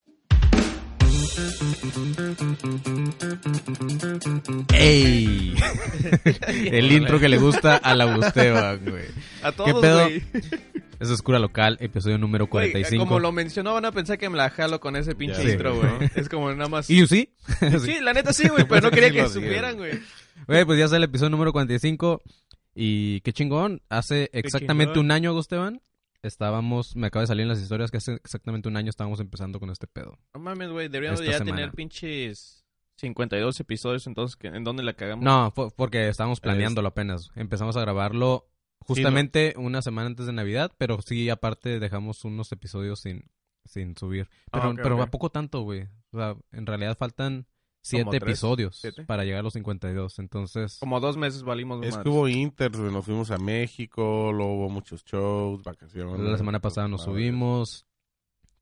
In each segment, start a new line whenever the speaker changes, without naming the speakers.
¡Ey! El intro que le gusta a la Busteva, güey.
A todos,
pedo?
güey.
Es Oscura Local, episodio número
Güey,
45.
Como lo mencionó, van a pensar que me la jalo con ese pinche
Ya sé,
intro,
güey.
güey. Es como nada más...
¿Y you see?
Sí, la neta sí, güey, pero no quería
Sí
que
lo digo.
supieran, güey.
Güey, pues ya es el episodio número 45. Y qué chingón. Hace exactamente
chingón.
un año, Gusteban, estábamos... Me acaba de salir en las historias que hace exactamente un año estábamos empezando con este pedo.
No mames, güey, deberíamos
Esta
ya
semana.
tener pinches 52 episodios, entonces, ¿qué- ¿en dónde la cagamos?
No, fue porque estábamos planeándolo apenas. Empezamos a grabarlo justamente una semana antes de Navidad, pero sí, aparte dejamos unos episodios sin, sin subir.
Ah,
Pero,
ok,
pero
ok.
a poco tanto, güey. O sea, en realidad faltan siete
tres,
episodios
siete.
para llegar a los 52. Entonces,
Como dos meses valimos
Es
madres.
que hubo Inter, nos fuimos a México, luego hubo muchos shows, vacaciones.
la semana pasada nos
madre.
subimos.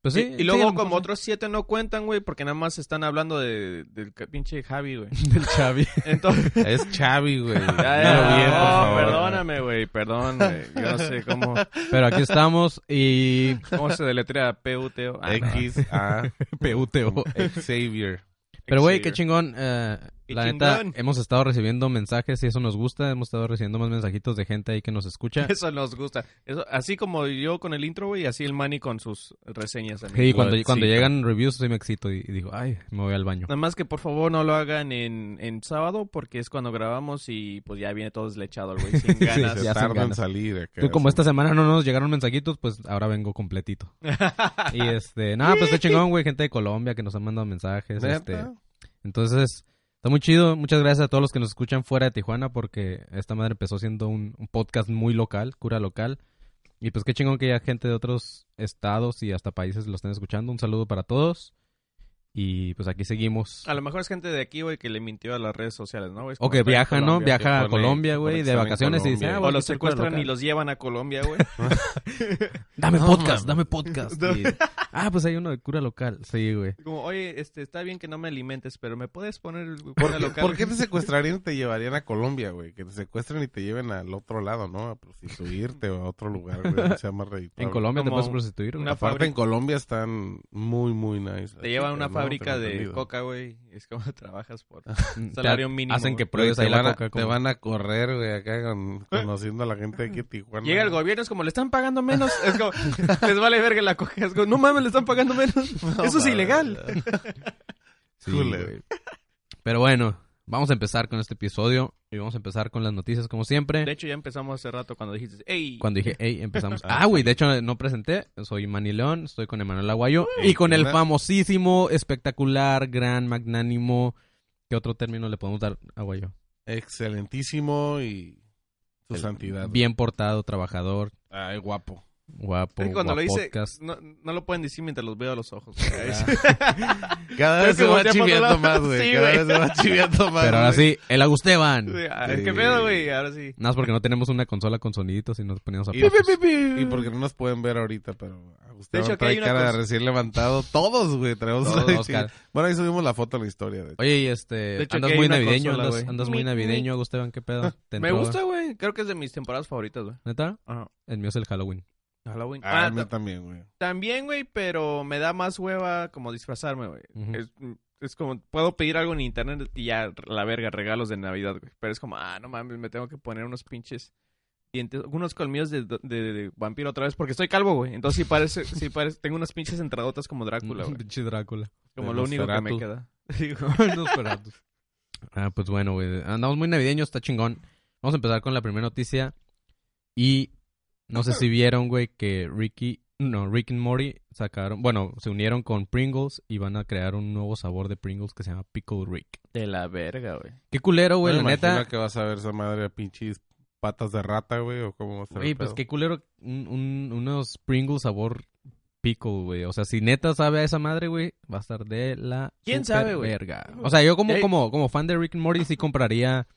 Pues
Y-
sí.
y
sí, a
luego
lo mejor
como
sí.
otros siete no cuentan, güey, porque nada más están hablando de, del ca- pinche Javi, güey.
del Xavi.
Entonces...
Es Chavi, güey.
Ya, ya,
Míralo bien, por
no,
favor.
perdóname, güey, perdón, güey. Yo no sé cómo,
Pero aquí estamos y...
cómo se deletrea
Eh,
PUTO. Ah, no.
X, A,
PUTO.
Xavier.
Pero, güey,
Xavier.
qué chingón. eh,
Qué
la neta,
chingón.
hemos estado recibiendo mensajes y eso nos gusta. Hemos estado recibiendo más mensajitos de gente ahí que nos escucha.
Eso nos gusta. Eso, así como yo con el intro, güey, así el Manny con sus reseñas. amigo.
Sí, cuando,
Lo
cuando
excita.
llegan reviews sí me excito y, y digo, ay, me voy al baño.
Nada más que por favor no lo hagan en, en sábado porque es cuando grabamos y pues ya viene todo deslechado el güey, sin
Se
Ya
ganas.
sí. sin
tarda en
ganas.
salir. acá.
Tú, como esta semana no nos llegaron mensajitos, pues ahora vengo completito. y este, nada, pues está chingón, güey, gente de Colombia que nos han mandado mensajes.
¿Neta?
Este, entonces, está muy chido. Muchas gracias a todos los que nos escuchan fuera de Tijuana porque esta madre empezó siendo un, un podcast muy local, cura local. Y pues qué chingón que ya gente de otros estados y hasta países lo estén escuchando. Un saludo para todos. Y pues aquí seguimos.
A lo mejor es gente de aquí, güey, que le mintió a las redes sociales, ¿no? güey? Es
O
como
que
está en
viaja, ¿no?
Colombia.
Viaja
que
a
pone-
Colombia,
que
güey,
pone
de
que está en
vacaciones y dice,
Colombia.
ah,
O
bueno,
los
aquí estoy
secuestran
local.
y los llevan a Colombia, güey.
Dame
No,
podcast,
mames.
dame podcast. Y- Ah, pues hay uno de cura local. Sí, güey.
Como, oye, este, está bien que no me alimentes, pero ¿me puedes poner el
¿Por,
una
qué-
local?
por qué te secuestrarían y te llevarían a Colombia, güey? Que te secuestren y te lleven al otro lado, ¿no? A prostituirte o a otro lugar, güey. sea más
En
redituable.
Colombia te
como
puedes prostituir, güey.
una
Aparte,
fábrica.
en Colombia están muy, muy nice.
Te llevan a una
Chicas, ¿no?
fábrica
Tengo
de
entendido.
coca, güey. Es como trabajas por...
Mm, Te
salario mínimo,
Hacen que
güey.
pruebes
te,
ahí la
van a,
coca.
te
como-
van a correr, güey, acá con- conociendo a la gente de aquí de Tijuana.
Llega el gobierno, es como, le están pagando menos. Es como, les vale verga la coca. Es como, no mames, le están pagando menos. Eso es
mames.
ilegal.
Sí,
Chule.
güey. Pero bueno, vamos a empezar con este episodio y vamos a empezar con las noticias como
De
siempre.
hecho, ya empezamos hace rato cuando dijiste, ¡ey!
Cuando dije, hey, empezamos.
Ah,
Ah, güey, de hecho no presenté. Soy Manny León, estoy con Emanuel Aguayo
Ey,
y con
¿qué
el
onda?
famosísimo, espectacular, gran, magnánimo. ¿Qué otro término le podemos dar a Aguayo?
Excelentísimo y su
El-
santidad. güey.
Bien portado, trabajador,
Ay, guapo.
guapo,
Es que cuando lo hice,
guapodcast.
no, no lo pueden decir mientras los veo a los ojos. güey. Ahí sí.
Cada
vez
vez
se
se
va
va
chiviando
chiviando
más,
más,
güey.
güey.
Sí,
Cada
güey.
vez se va chiviando más.
Pero ahora
güey.
sí, el Agusteban.
Sí,
Nada
ah,
Sí.
¿Qué pedo, güey? Ahora sí.
más porque no tenemos una consola con soniditos y nos poníamos a
Y-
plazos.
Y porque no nos pueden ver ahorita, pero a usted
De hecho, aquí hay
trae
una
cara de
cons-
recién levantado. Todos, güey, traemos
Todos,
una-
Oscar.
Bueno, ahí subimos la foto en la historia. De hecho.
Oye, y este,
De hecho,
andas
aquí hay
muy
una
navideño,
consola,
andas,
güey.
andas muy
Mic,
navideño, Gusteban, ¿qué pedo? ¿Te
Ah, Me
entró?
gusta, güey. Creo que es de mis temporadas favoritas, güey.
¿Neta?
Ajá.
El mío es el Halloween.
Halloween.
Ah,
Ah,
a mí también, güey.
También, güey, pero me da más hueva como disfrazarme, güey.
Ujú.
es, mm, es como, puedo pedir algo en internet y ya, la verga, regalos de Navidad, güey. Pero es como, ah, no mames, me tengo que poner unos pinches dientes, unos colmillos de, de- de vampiro otra vez porque estoy calvo, güey. Entonces sí parece, sí parece, tengo unas pinches entradotas como Drácula, güey.
Pinche Drácula.
Como
De
lo único que me
Nosferatu.
queda. Digo,
Nosferatu. ah, pues bueno, güey. Andamos muy navideños, está chingón. Vamos a empezar con la primera noticia. Y no sé si vieron, güey, que Ricky... No, Rick y Morty sacaron... Bueno, se unieron con Pringles y van a crear un nuevo sabor de Pringles que se llama Pickle Rick.
de la verga, güey.
Qué culero, güey,
Bueno,
la neta.
que vas a ver esa madre de pinches patas de rata, güey, o cómo va a ser el
Güey, pues
pedo.
qué culero un- un- unos Pringles sabor pickle, güey. O sea, si neta sabe a esa madre, güey, va a estar de la
¿Quién
super
sabe, güey?
verga. O sea, yo como,
Ey.
como, como fan de Rick and Morty sí compraría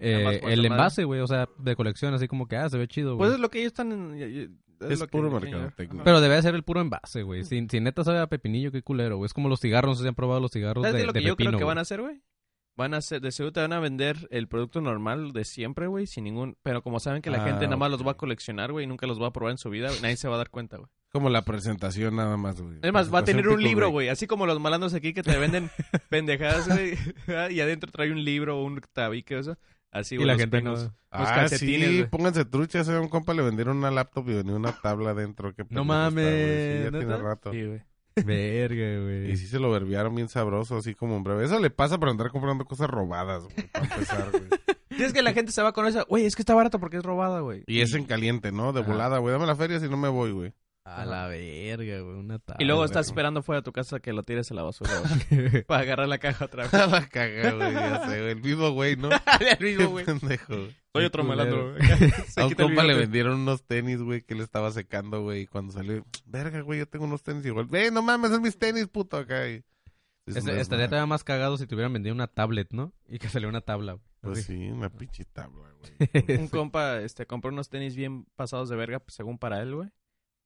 eh,
Nada más por
el
esa madre.
envase, güey. O sea, de colección, así como que, ah, se ve chido, güey.
Pues es lo que ellos están en- Es,
Es
lo que
puro
diseñaron.
mercadotecnia.
Ajá.
Pero debe ser el puro envase, güey. Si, si neta sabe a pepinillo, qué culero, güey. Es como los cigarros, no sé si han probado los cigarros
Pues,
¿Sabes
de,
de lo
de
que yo
pepino,
creo que
güey.
van a hacer, güey? Van a hacer, de seguro te van a vender el producto normal de siempre, güey, sin ningún... Pero como saben que la
Ah,
gente nada más los
ok.
va a coleccionar, güey, y nunca los va a probar en su vida, güey, nadie se va a dar cuenta, güey.
Como la presentación nada más, güey.
Es más, va a
Presentación
tener un
Pickle
libro,
Rick.
güey, así como los malandros aquí que te venden pendejadas, güey, y adentro trae un libro o un tabique o eso. Así,
Y
güey,
la
los
gente
gringos.
no...
Los
Ah,
calcetines,
sí,
güey.
pónganse truchas. eh, A un compa le vendieron una laptop y venía una tabla adentro. qué pendejo está, güey. Sí,
mames,
ya tiene
¿neta?
rato.
Sí, güey.
Verga,
Y
güey.
sí se lo verbiaron bien sabroso, así como un breve. Eso le pasa por andar comprando cosas robadas, güey, para empezar, güey.
Y es que la gente se va con esa, güey, es que está barato porque es robada, güey.
Y es en caliente, ¿no? De
Ajá.
volada, güey. Dame la feria si no me voy, güey.
A la verga, güey. Una tabla.
Y luego
está-
estás esperando fuera de tu casa que lo tires a la basura, güey, para agarrar la caja otra vez.
A la caga, güey. Ya sé, güey. El vivo, güey, ¿no?
Al mismo, güey.
Qué pendejo. güey.
Soy
Pues,
otro
culero.
malandro.
A un compa le vendieron unos tenis, güey, que le estaba secando, güey. Y cuando salió, verga, güey, yo tengo unos tenis igual. Ve, no mames, son mis tenis, puto, acá. Y- es
Este-
un
estaría
desmadre.
todavía más cagado si te hubieran vendido una tablet, ¿no? Y que salió una tabla, güey.
Pues
Así.
sí, una pinche tabla, güey.
Un compa este, compró unos tenis bien pasados de verga, pues, según para él, güey.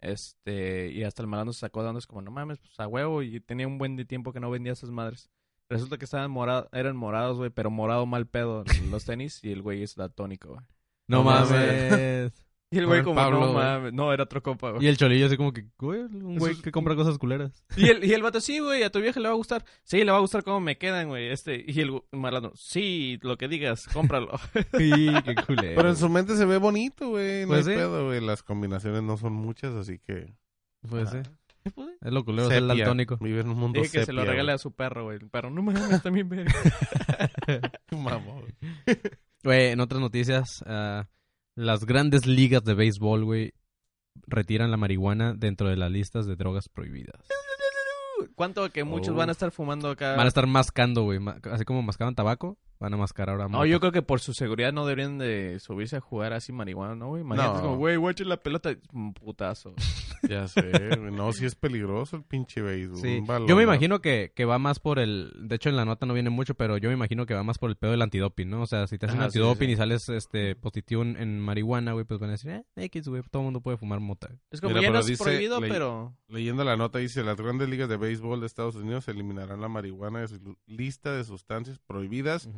Este, y hasta el malandro se sacó dando es como, no mames, pues a huevo. Y tenía un buen de tiempo que no vendía esas madres. Resulta que estaban morados, eran morados, güey, pero morado mal pedo los tenis. Y el güey es datónico, güey.
No
No
mames.
Y el
Con
güey
el
como,
Pablo,
no
güey".
mames. No, era otro compa,
Y
güey.
el cholillo así como que, güey, un
Eso
güey
es-
que compra cosas culeras.
Y el, y el vato, sí, güey, a tu vieja le va a gustar. Sí, le va a gustar cómo me quedan, güey. Este, y el gu- malandro, sí, lo que digas, cómpralo.
Sí, qué culero.
Pero en su mente se ve bonito, güey. No
Pues
hay
sí.
pedo, güey. Las combinaciones no son muchas, así que...
Pues sí.
Ajá.
Es lo culero, es el
Sepia.
daltónico.
Vive en un mundo
Dije que se lo
sepia,
regale a su perro, güey. El perro, no mames, también verga.
güey. Mamón.
Güey, en otras noticias, ah, las grandes ligas de béisbol, güey, retiran la marihuana dentro de las listas de drogas prohibidas.
¿Cuánto que muchos
Oh.
van a estar fumando acá?
Van a estar mascando, güey. ma- Así como mascaban tabaco, van a mascar ahora
No,
mota.
yo creo que por su seguridad no deberían de subirse a jugar así marihuana, ¿no, güey? Imagínate
No.
es como, güey, güey, echa la pelota. Mm, Putazo.
Ya sé, güey. No, sí es peligroso el pinche béisbol.
Sí.
un balón,
Yo me imagino que, que va más por el. De hecho, en la nota no viene mucho, pero yo me imagino que va más por el pedo del antidoping, ¿no? O sea, si te hacen
Ah, sí,
antidoping
sí.
y sales este positivo en, en marihuana, güey, pues van a decir, eh, X, güey, todo el mundo puede fumar mota.
Es como,
Mira,
ya no
pero
es
dice
prohibido,
ley-
pero...
Leyendo la nota dice, las grandes ligas de béisbol de Estados Unidos eliminarán la marihuana de su lu- lista de sustancias prohibidas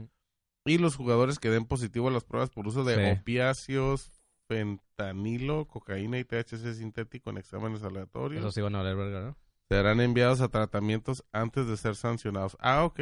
y los jugadores que den positivo a las pruebas por uso de
Sí.
opiáceos, fentanilo, cocaína y THC sintético en exámenes aleatorios
Eso sí van a valer verga, ¿no?
serán enviados a tratamientos antes de ser sancionados. Ah, ok.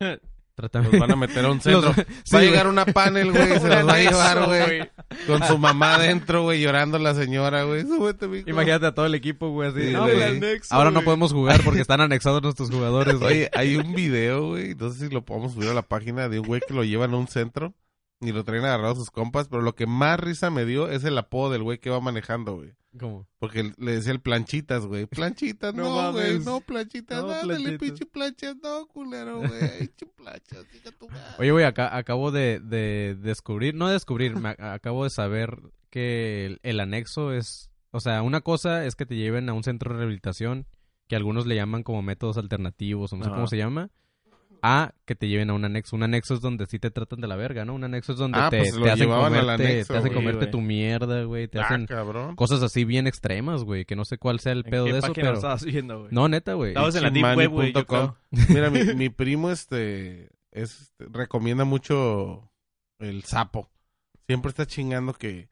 Los
Tratamiento.
van a meter a un centro.
Los-
va a
sí,
llegar una panel, güey, y se los va a llevar,
Eso,
güey. Con su mamá adentro, güey, llorando la señora, güey. Súbete, mijo.
Imagínate a todo el equipo, güey, así.
Sí,
no,
güey.
güey.
anexo,
Ahora no
güey.
podemos jugar porque están anexados nuestros jugadores, güey.
Oye, hay un video, güey, no sé si lo podemos subir a la página de un güey que lo llevan a un centro y lo traen agarrado a sus compas, pero lo que más risa me dio es el apodo del güey que va manejando, güey.
¿Cómo?
Porque le decía el planchitas, güey. Planchitas,
No
no, güey.
mames.
No, planchitas,
No,
dale,
Planchitas.
pinche planchas, no, culero, güey. Pinche planchas, diga tu madre.
Oye, güey, acá, acabo de, de descubrir, no descubrir, me ac- acabo de saber que el, el anexo es, o sea, una cosa es que te lleven a un centro de rehabilitación, que algunos le llaman como métodos alternativos, o no sé
Ajá.
cómo se llama, a que te lleven a un anexo. Un anexo es donde sí te tratan de la verga, ¿no? Un anexo es donde
Ah,
te,
pues, lo
te hacen
llevaban
comerte,
al anexo,
te hacen
güey.
comerte
Sí, güey.
tu mierda, güey, te
Ah,
hacen
cabrón.
cosas así bien extremas, güey, que no sé cuál sea el
¿En
pedo
qué
de eso,
página lo
pero...
estabas viendo, güey?
No, neta, güey.
Estabas en la deep web, güey, yo
Chimani.com.
creo.
Mira, mi, mi primo este, es, este, recomienda mucho el sapo. Siempre está chingando que...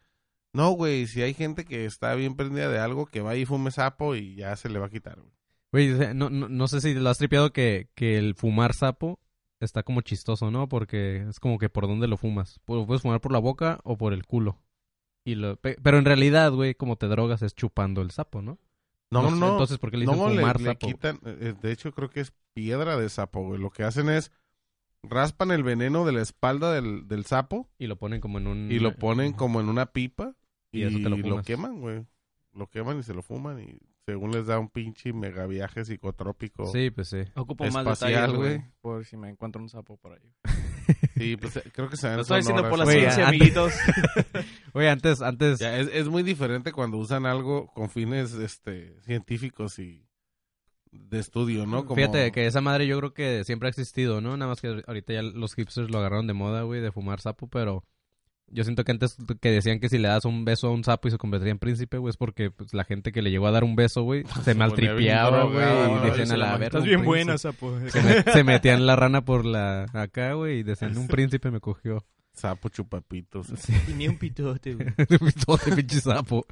No, güey, si hay gente que está bien prendida de algo, que va y fume sapo y ya se le va a quitar. güey.
Güey, o sea, no, no, no sé si lo has tripeado que, que el fumar sapo está como chistoso, ¿no? Porque es como que por dónde lo fumas. Pu- Lo puedes fumar por la boca o por el culo. Y lo, pe- pero en realidad, güey, como te drogas es chupando el sapo, ¿no?
No,
sé,
no, no.
Entonces, ¿por qué le dicen
no, le-
fumar
le
sapo?
quitan, eh, de hecho creo que es piedra de sapo, güey. Lo que hacen es raspan el veneno de la espalda del, del sapo
Y lo ponen como en un...
y lo ponen como en una pipa y,
Mm. Y eso te lo
lo,
fumas.
queman, güey. Lo queman y se lo fuman y según les da un pinche mega viaje psicotrópico.
Sí, pues sí.
Ocupo más
Espacial,
detalles,
güey.
güey. Por si me encuentro un sapo por ahí.
Sí, pues eh, creo que se dan
Lo estoy diciendo
sonoras,
por la
güey.
ciencia,
Güey,
amiguitos.
Oye, antes, antes...
Ya, es, es muy diferente cuando usan algo con fines este científicos y de estudio, ¿no? Como-
Fíjate que esa madre yo creo que siempre ha existido, ¿no? Nada más que ahorita ya los hipsters lo agarraron de moda, güey, de fumar sapo, pero Yo siento que antes que decían que si le das un beso a un sapo y se convertiría en príncipe, güey, es porque pues, la gente que le llegó a dar un beso, güey, se maltripeaba,
bien drogada,
güey, y
¿no?
decían
Dice
a la
la
verga.
Estás
un
bien
príncipe".
buena, sapo.
Se, me- se metían la rana por la acá, güey, y decían un príncipe me cogió.
Sapo chupapitos.
Sí.
Tenía un pitote, güey.
Todo ese pinche sapo.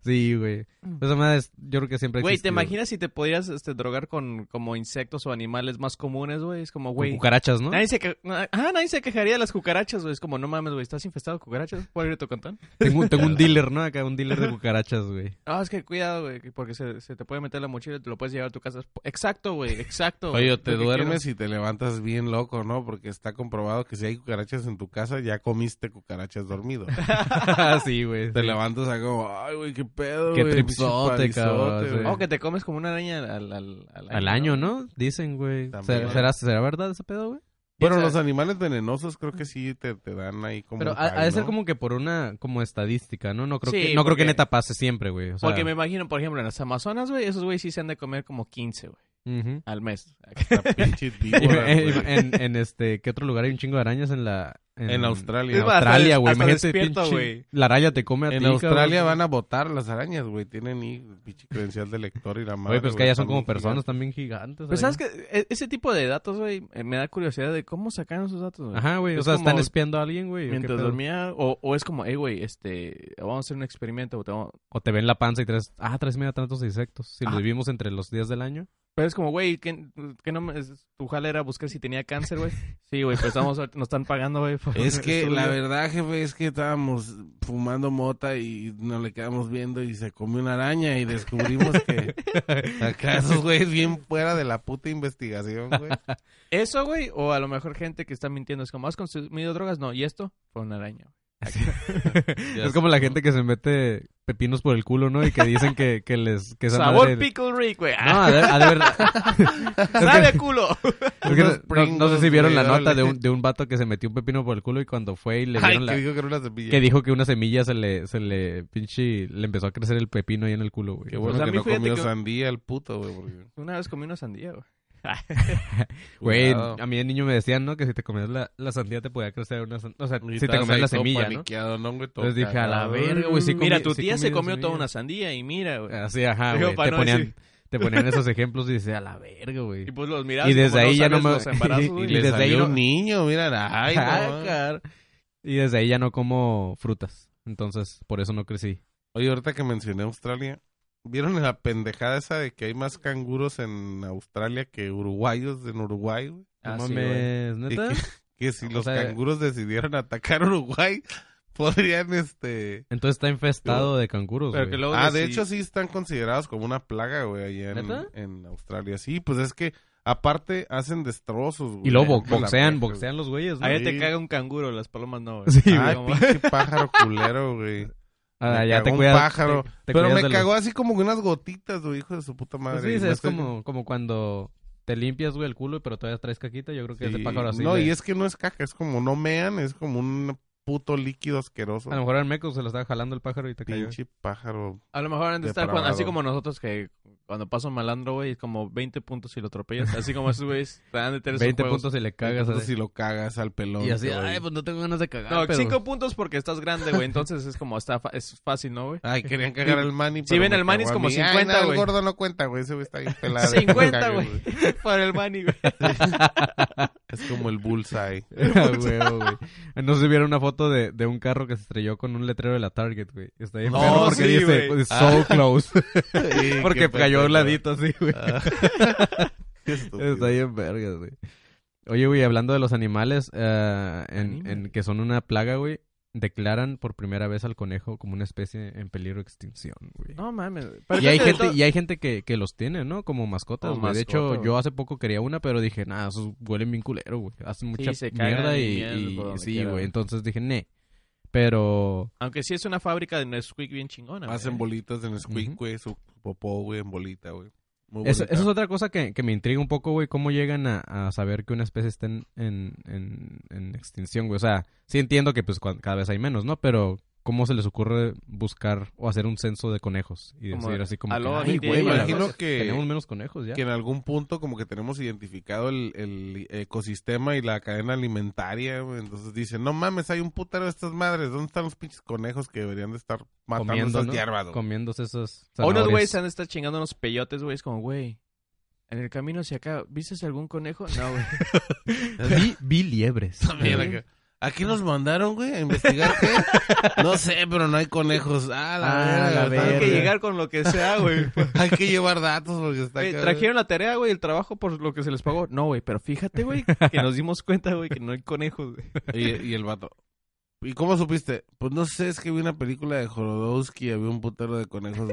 Sí, güey. Pues, Esa madre es- yo creo que siempre ha
Güey, ¿te
existido.
imaginas si te podrías este, drogar con como insectos o animales más comunes, güey? Es como,
Con
güey.
cucarachas, ¿no?
Nadie se, que- na- ah, nadie se quejaría de las cucarachas, güey. Es como, no mames, güey, estás infestado de cucarachas. ¿Puedo abrir tu cantón?
Tengo, un- tengo un dealer, ¿no? Acá un dealer de cucarachas, güey.
Ah, es que cuidado, güey, que porque se, se te puede meter la mochila y te lo puedes llevar a tu casa. Exacto, güey, exacto.
Oye,
güey.
te
Lo que
duermes y te levantas bien loco, ¿no? Porque está comprobado que si hay cucarachas en tu casa, ya comiste cucarachas dormido.
Ah, sí, güey.
te levantas acá como, ay, güey, qué pedo,
Qué
güey,
tripsote,
pinche palizote,
cabrón,
güey".
sí.
quieras. O que te comes como una araña al, al,
Al año, ¿no? Dicen, güey.
También.
¿Será, será, será verdad ese pedo, güey?
Bueno,
Quién
los animales venenosos creo que sí te, te dan ahí como...
Pero
un
ha, ha
high,
de ser
¿no?
como que por una como estadística, ¿no? No creo,
Sí,
que, no creo
porque-
que neta pase siempre, güey. O sea,
Porque me imagino, por ejemplo, en las Amazonas, güey, esos güey sí se han de comer como 15, güey,
Ujú.
al mes.
Hasta pinche víbora, güey.
en, en- en este, ¿qué otro lugar hay un chingo de arañas en la...
En Australia.
Es más,
Australia,
hasta-
güey.
hasta
Imagínate,
despierto,
pinche-
güey.
La araña te come a ti,
En
cabrón.
Australia van a votar las arañas, güey. Tienen y pinche credencial de lector y la madre.
Güey, pero es que allá son
están
como
bien
personas
gigantes.
también gigantes.
Pero
allá.
sabes que e- ese tipo de datos, güey, eh, me da curiosidad de cómo sacaron esos datos, güey.
Ajá, güey. O
Es
sea,
como-
están espiando a alguien, güey. ¿o qué
Mientras
pedo?
dormía, o, o es como, hey, güey, este, vamos a hacer un experimento. o te vamos-".
O te ven la panza y traes... Ah, traes medio tantos insectos. Si
Ajá.
los vimos entre los días del año.
Pero es como, güey, que, que no me- es- tu jala era buscar si tenía cáncer, güey. Sí, güey, pero estamos, ahorita- nos están pagando, güey. por-
Es que
estudio.
la verdad, jefe, es que estábamos fumando mota y nos le quedamos viendo y se comió una araña y descubrimos que acá esos güeyes bien fuera de la puta investigación, güey.
Eso, güey, o a lo mejor gente que está mintiendo. Es como, ¿has consumido drogas? No, y esto fue una araña.
es como la gente que se mete pepinos por el culo, ¿no? Y que dicen que, que les... Que esa
Sabor
madre-
Pickle Rick, güey. Ah,
No, a ver, a ver.
¡Sabe a culo!
Es que
Unos
no, no sé si
Pringles,
vieron la
güey,
nota
órale.
de un, de un vato que se metió un pepino por el culo y cuando fue y le
Ay,
dieron la...
que dijo que era una cepilla.
Que dijo que una semilla se le, se le, pinche, le empezó a crecer el pepino ahí en el culo, güey.
Qué bueno
Pues a
que
mí
no
fíjate
comió
que-
sandía el puto, güey. porque-
Una vez comí una sandía, güey.
Güey,
Cuidado.
a mí de niño me decían, ¿no? Que si te comías la, la sandía te podía crecer una sandía. O sea,
Y
si te
estabas
comías
ahí
la
todo
semilla, ¿no?
paniqueado, ¿no? güey? Todo
Entonces dije, a la
cagado.
verga, güey, sí
Mira,
comí-
tu
sí
tía se
comí Ah,
comió toda
semilla.
una sandía y mira, güey.
Así, ajá,
Digo,
güey.
para
Te,
no
ponían,
decir.
te ponían esos ejemplos y dices, a la verga, güey.
Y pues los mirabas
Y desde
como
ahí ya no
sabes
me-
los embarazos,
Y
Y,
güey.
le
desde ahí
salió
no-
un niño, mira, ay,
Ah,
no.
car- Y desde ahí ya no como frutas. Entonces, por eso no crecí.
Oye, ahorita que mencioné Australia, ¿vieron la pendejada esa de que hay más canguros en Australia que uruguayos en Uruguay? güey?
No
Ah, sí, güey.
mames,
Y
¿neta?
que, que si
O
los
sea-
canguros decidieran atacar Uruguay, podrían este...
Entonces está infestado de canguros,
Pero
güey.
que luego
Ah,
deci-
de hecho sí están considerados como una plaga, güey, allá en,
¿Neta?
en Australia. Sí, pues es que aparte hacen destrozos, güey.
Y luego bo-
Con la
boxean,
peja, güey.
boxean los güeyes, ¿no?
Allá te
Sí.
caga un canguro, las palomas no, güey.
Sí,
Ay,
Como-
pinche pájaro culero, güey.
Ah,
Me
ya
cagó
te
un
cuidas.
pájaro.
te- te
Pero
cuidas de
me
los-
cagó así como que unas gotitas, güey, hijo de su puta madre.
Pues
Y
sí,
no
es
estoy-
como, como cuando te limpias, güey, el culo, pero todavía traes caquita. Yo creo que ese
Sí,
pájaro así.
No,
le-
y es que no es caca, es como no mean, es como un puto líquido asqueroso.
A lo mejor al meco se lo estaba jalando el pájaro y te cayó.
Pinche pájaro.
A lo mejor han de estar
Depravado.
cuando- así como nosotros que cuando pasa un malandro, güey, es como 20 puntos si lo atropellas. Así como esos güeyes te dan de tener
20 puntos y le cagas.
Entonces,
así.
si lo cagas al pelón.
Y así,
te va a
ay,
ir.
pues no tengo ganas de cagar.
No,
pero-
5 puntos porque estás grande, güey. Entonces es como, está fa- es fácil, ¿no, güey?
Ay, querían cagar al Manny.
Si
pero
ven
me
al Manny es
cagó a
como
mí.
50,
Ay, no,
güey.
el gordo no cuenta, güey. Ese güey está bien pelado.
50,
Cague,
güey. Para el mani, güey.
Es como el bullseye.
Ah, huevo, güey. No se vieron una foto de, de un carro que se estrelló con un letrero de la Target, güey. Está bien
No, Ah.
perro porque
sí,
dice
güey.
so close.
Sí,
porque
qué
cayó a
pendejo.
un ladito así, güey.
Ah. Qué estúpido.
Está bien vergas, güey. Oye, güey, hablando de los animales, eh, en,
Animales.
en que son una plaga, güey, declaran por primera vez al conejo como una especie en peligro de extinción, güey.
No mames. güey.
Y hay,
Pero
gente, y hay gente que, que los tiene, ¿no? Como mascotas,
Como
güey. De hecho,
mascota, güey.
yo hace poco quería una, pero dije, nada, esos huelen bien culero, güey. Hacen mucha
se cagan
mierda
y
y,
mierda
y-
por donde
sí,
quiera, güey.
güey. Entonces dije, ne. Pero
Aunque sí es una fábrica de Nesquik bien chingona.
Hacen
güey.
bolitas en Squeak,
Ujú.
güey. Su popó, güey, en bolita, güey. Muy
eso,
bonita.
eso es otra cosa que, que me intriga un poco, güey. ¿Cómo llegan a, a saber que una especie está en, en, en- en extinción, güey? O sea, sí entiendo que pues cuan- cada vez hay menos, ¿no? Pero cómo se les ocurre buscar o hacer un censo de conejos y
Como
decir
de,
así como
"Aló,
que,
aquí
"Ay,
tiene
güey,
conejos".
imagino
que-
tenemos menos conejos ya.
que en algún punto como que tenemos identificado el, el ecosistema y la cadena alimentaria, güey. Entonces dicen, no mames, hay un putero de estas madres. ¿Dónde están los pinches conejos que deberían de estar matando
comiendo,
esas
¿no?
hierbas, güey?"
comiéndose esas
O unos güeyes
zanahorias.
se han de estar chingando unos peyotes, güey. Es como, güey, en el camino hacia acá, ¿viste algún conejo? No, güey.
Vi, vi liebres. Eh,
También acá. ¿A qué nos mandaron, güey? ¿A investigar qué? No sé, pero no hay conejos. Ah, la,
Ah, la
verga,
Hay
Hay
que
verga.
llegar con lo que sea, güey.
Hay que llevar datos porque está...
Güey,
acá,
Trajeron la tarea, güey, el trabajo por lo que se les pagó. No, güey, pero fíjate, güey, que nos dimos cuenta, güey, que no hay conejos, güey.
Y, y el vato. ¿Y cómo supiste? Pues no sé, es que vi una película de Jorodowski y había un putero de conejos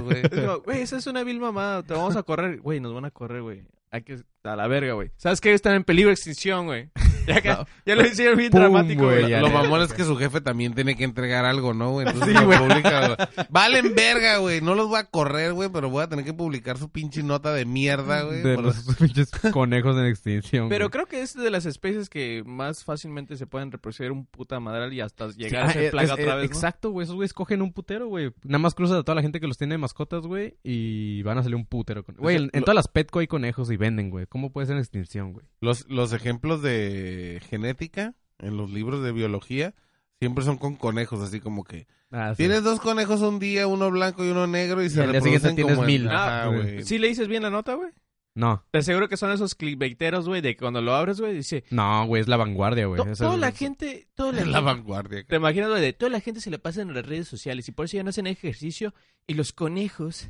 güey.
Es como, Güey, esa es una vil mamada. Te vamos a correr. Güey, nos van a correr, güey. Hay que... A la verga, güey. ¿Sabes qué? Están en peligro de extinción, güey. Ya, que- ya lo hicieron bien
Pum,
dramático,
güey,
güey.
ya.
Lo mamón es que su jefe también tiene que entregar algo, ¿no, güey? Entonces
Sí,
lo
güey.
publica, güey. Valen verga, güey. No los voy a correr, güey, pero voy a tener que publicar su pinche nota de mierda, güey.
de
por-
los pinches conejos en extinción.
Pero
güey.
creo que es de las especies que más fácilmente se pueden reproducir un puta madral y hasta
Sí,
llegar a
ah,
ser
es-
plaga
es-
otra
es-
vez, ¿no?
Exacto, güey. Esos güeyes cogen un putero, güey. Nada más cruzas a toda la gente que los tiene de mascotas, güey. Y van a salir un putero. Con... Güey,
O sea,
en, en
lo-
todas las Petco hay conejos y venden, güey. ¿Cómo puede ser en extinción, güey?
Los, los ejemplos de genética en los libros de biología siempre son con conejos, así como que...
Ah, sí.
Tienes dos conejos un día, uno blanco y uno negro, y se
Y al día siguiente
reproducen
tienes
como en-
mil.
Ajá,
Ah,
güey.
¿Sí le dices bien la nota, güey?
No,
Te aseguro que son esos clickbaiteros, güey, de que cuando lo abres, güey, dice...
no, güey. Es la vanguardia, güey.
"To-
Esa
toda
es-
la gente... Toda la,
Es la vanguardia.
Te imaginas, güey, de toda la gente se la pasa en las redes sociales y por eso ya no hacen ejercicio y los conejos...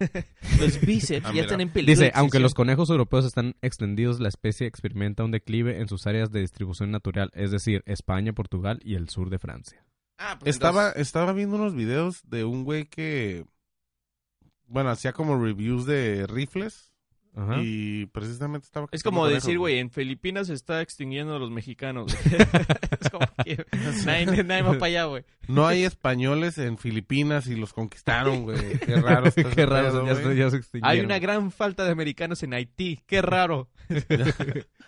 los bíceps
Ah,
ya
mira.
están en peligro.
Dice,
de
aunque los
extinción".
conejos europeos están extendidos, la especie experimenta un declive en sus áreas de distribución natural, es decir, España, Portugal y el sur de Francia.
Ah, pues
Estaba,
entonces-
estaba viendo unos videos de un güey que... Bueno, hacía como reviews de rifles.
Ajá.
Y precisamente estaba...
Es como
conejos,
decir, güey, en Filipinas se está extinguiendo a los mexicanos. güey. es como que nadie, nadie va para allá, güey.
No hay españoles en Filipinas y los conquistaron, güey. Qué raro. está ese
Qué raro,
pedo,
ya, se-
güey.
ya se
Hay
extinguieron.
una gran falta de americanos en Haití. Qué raro.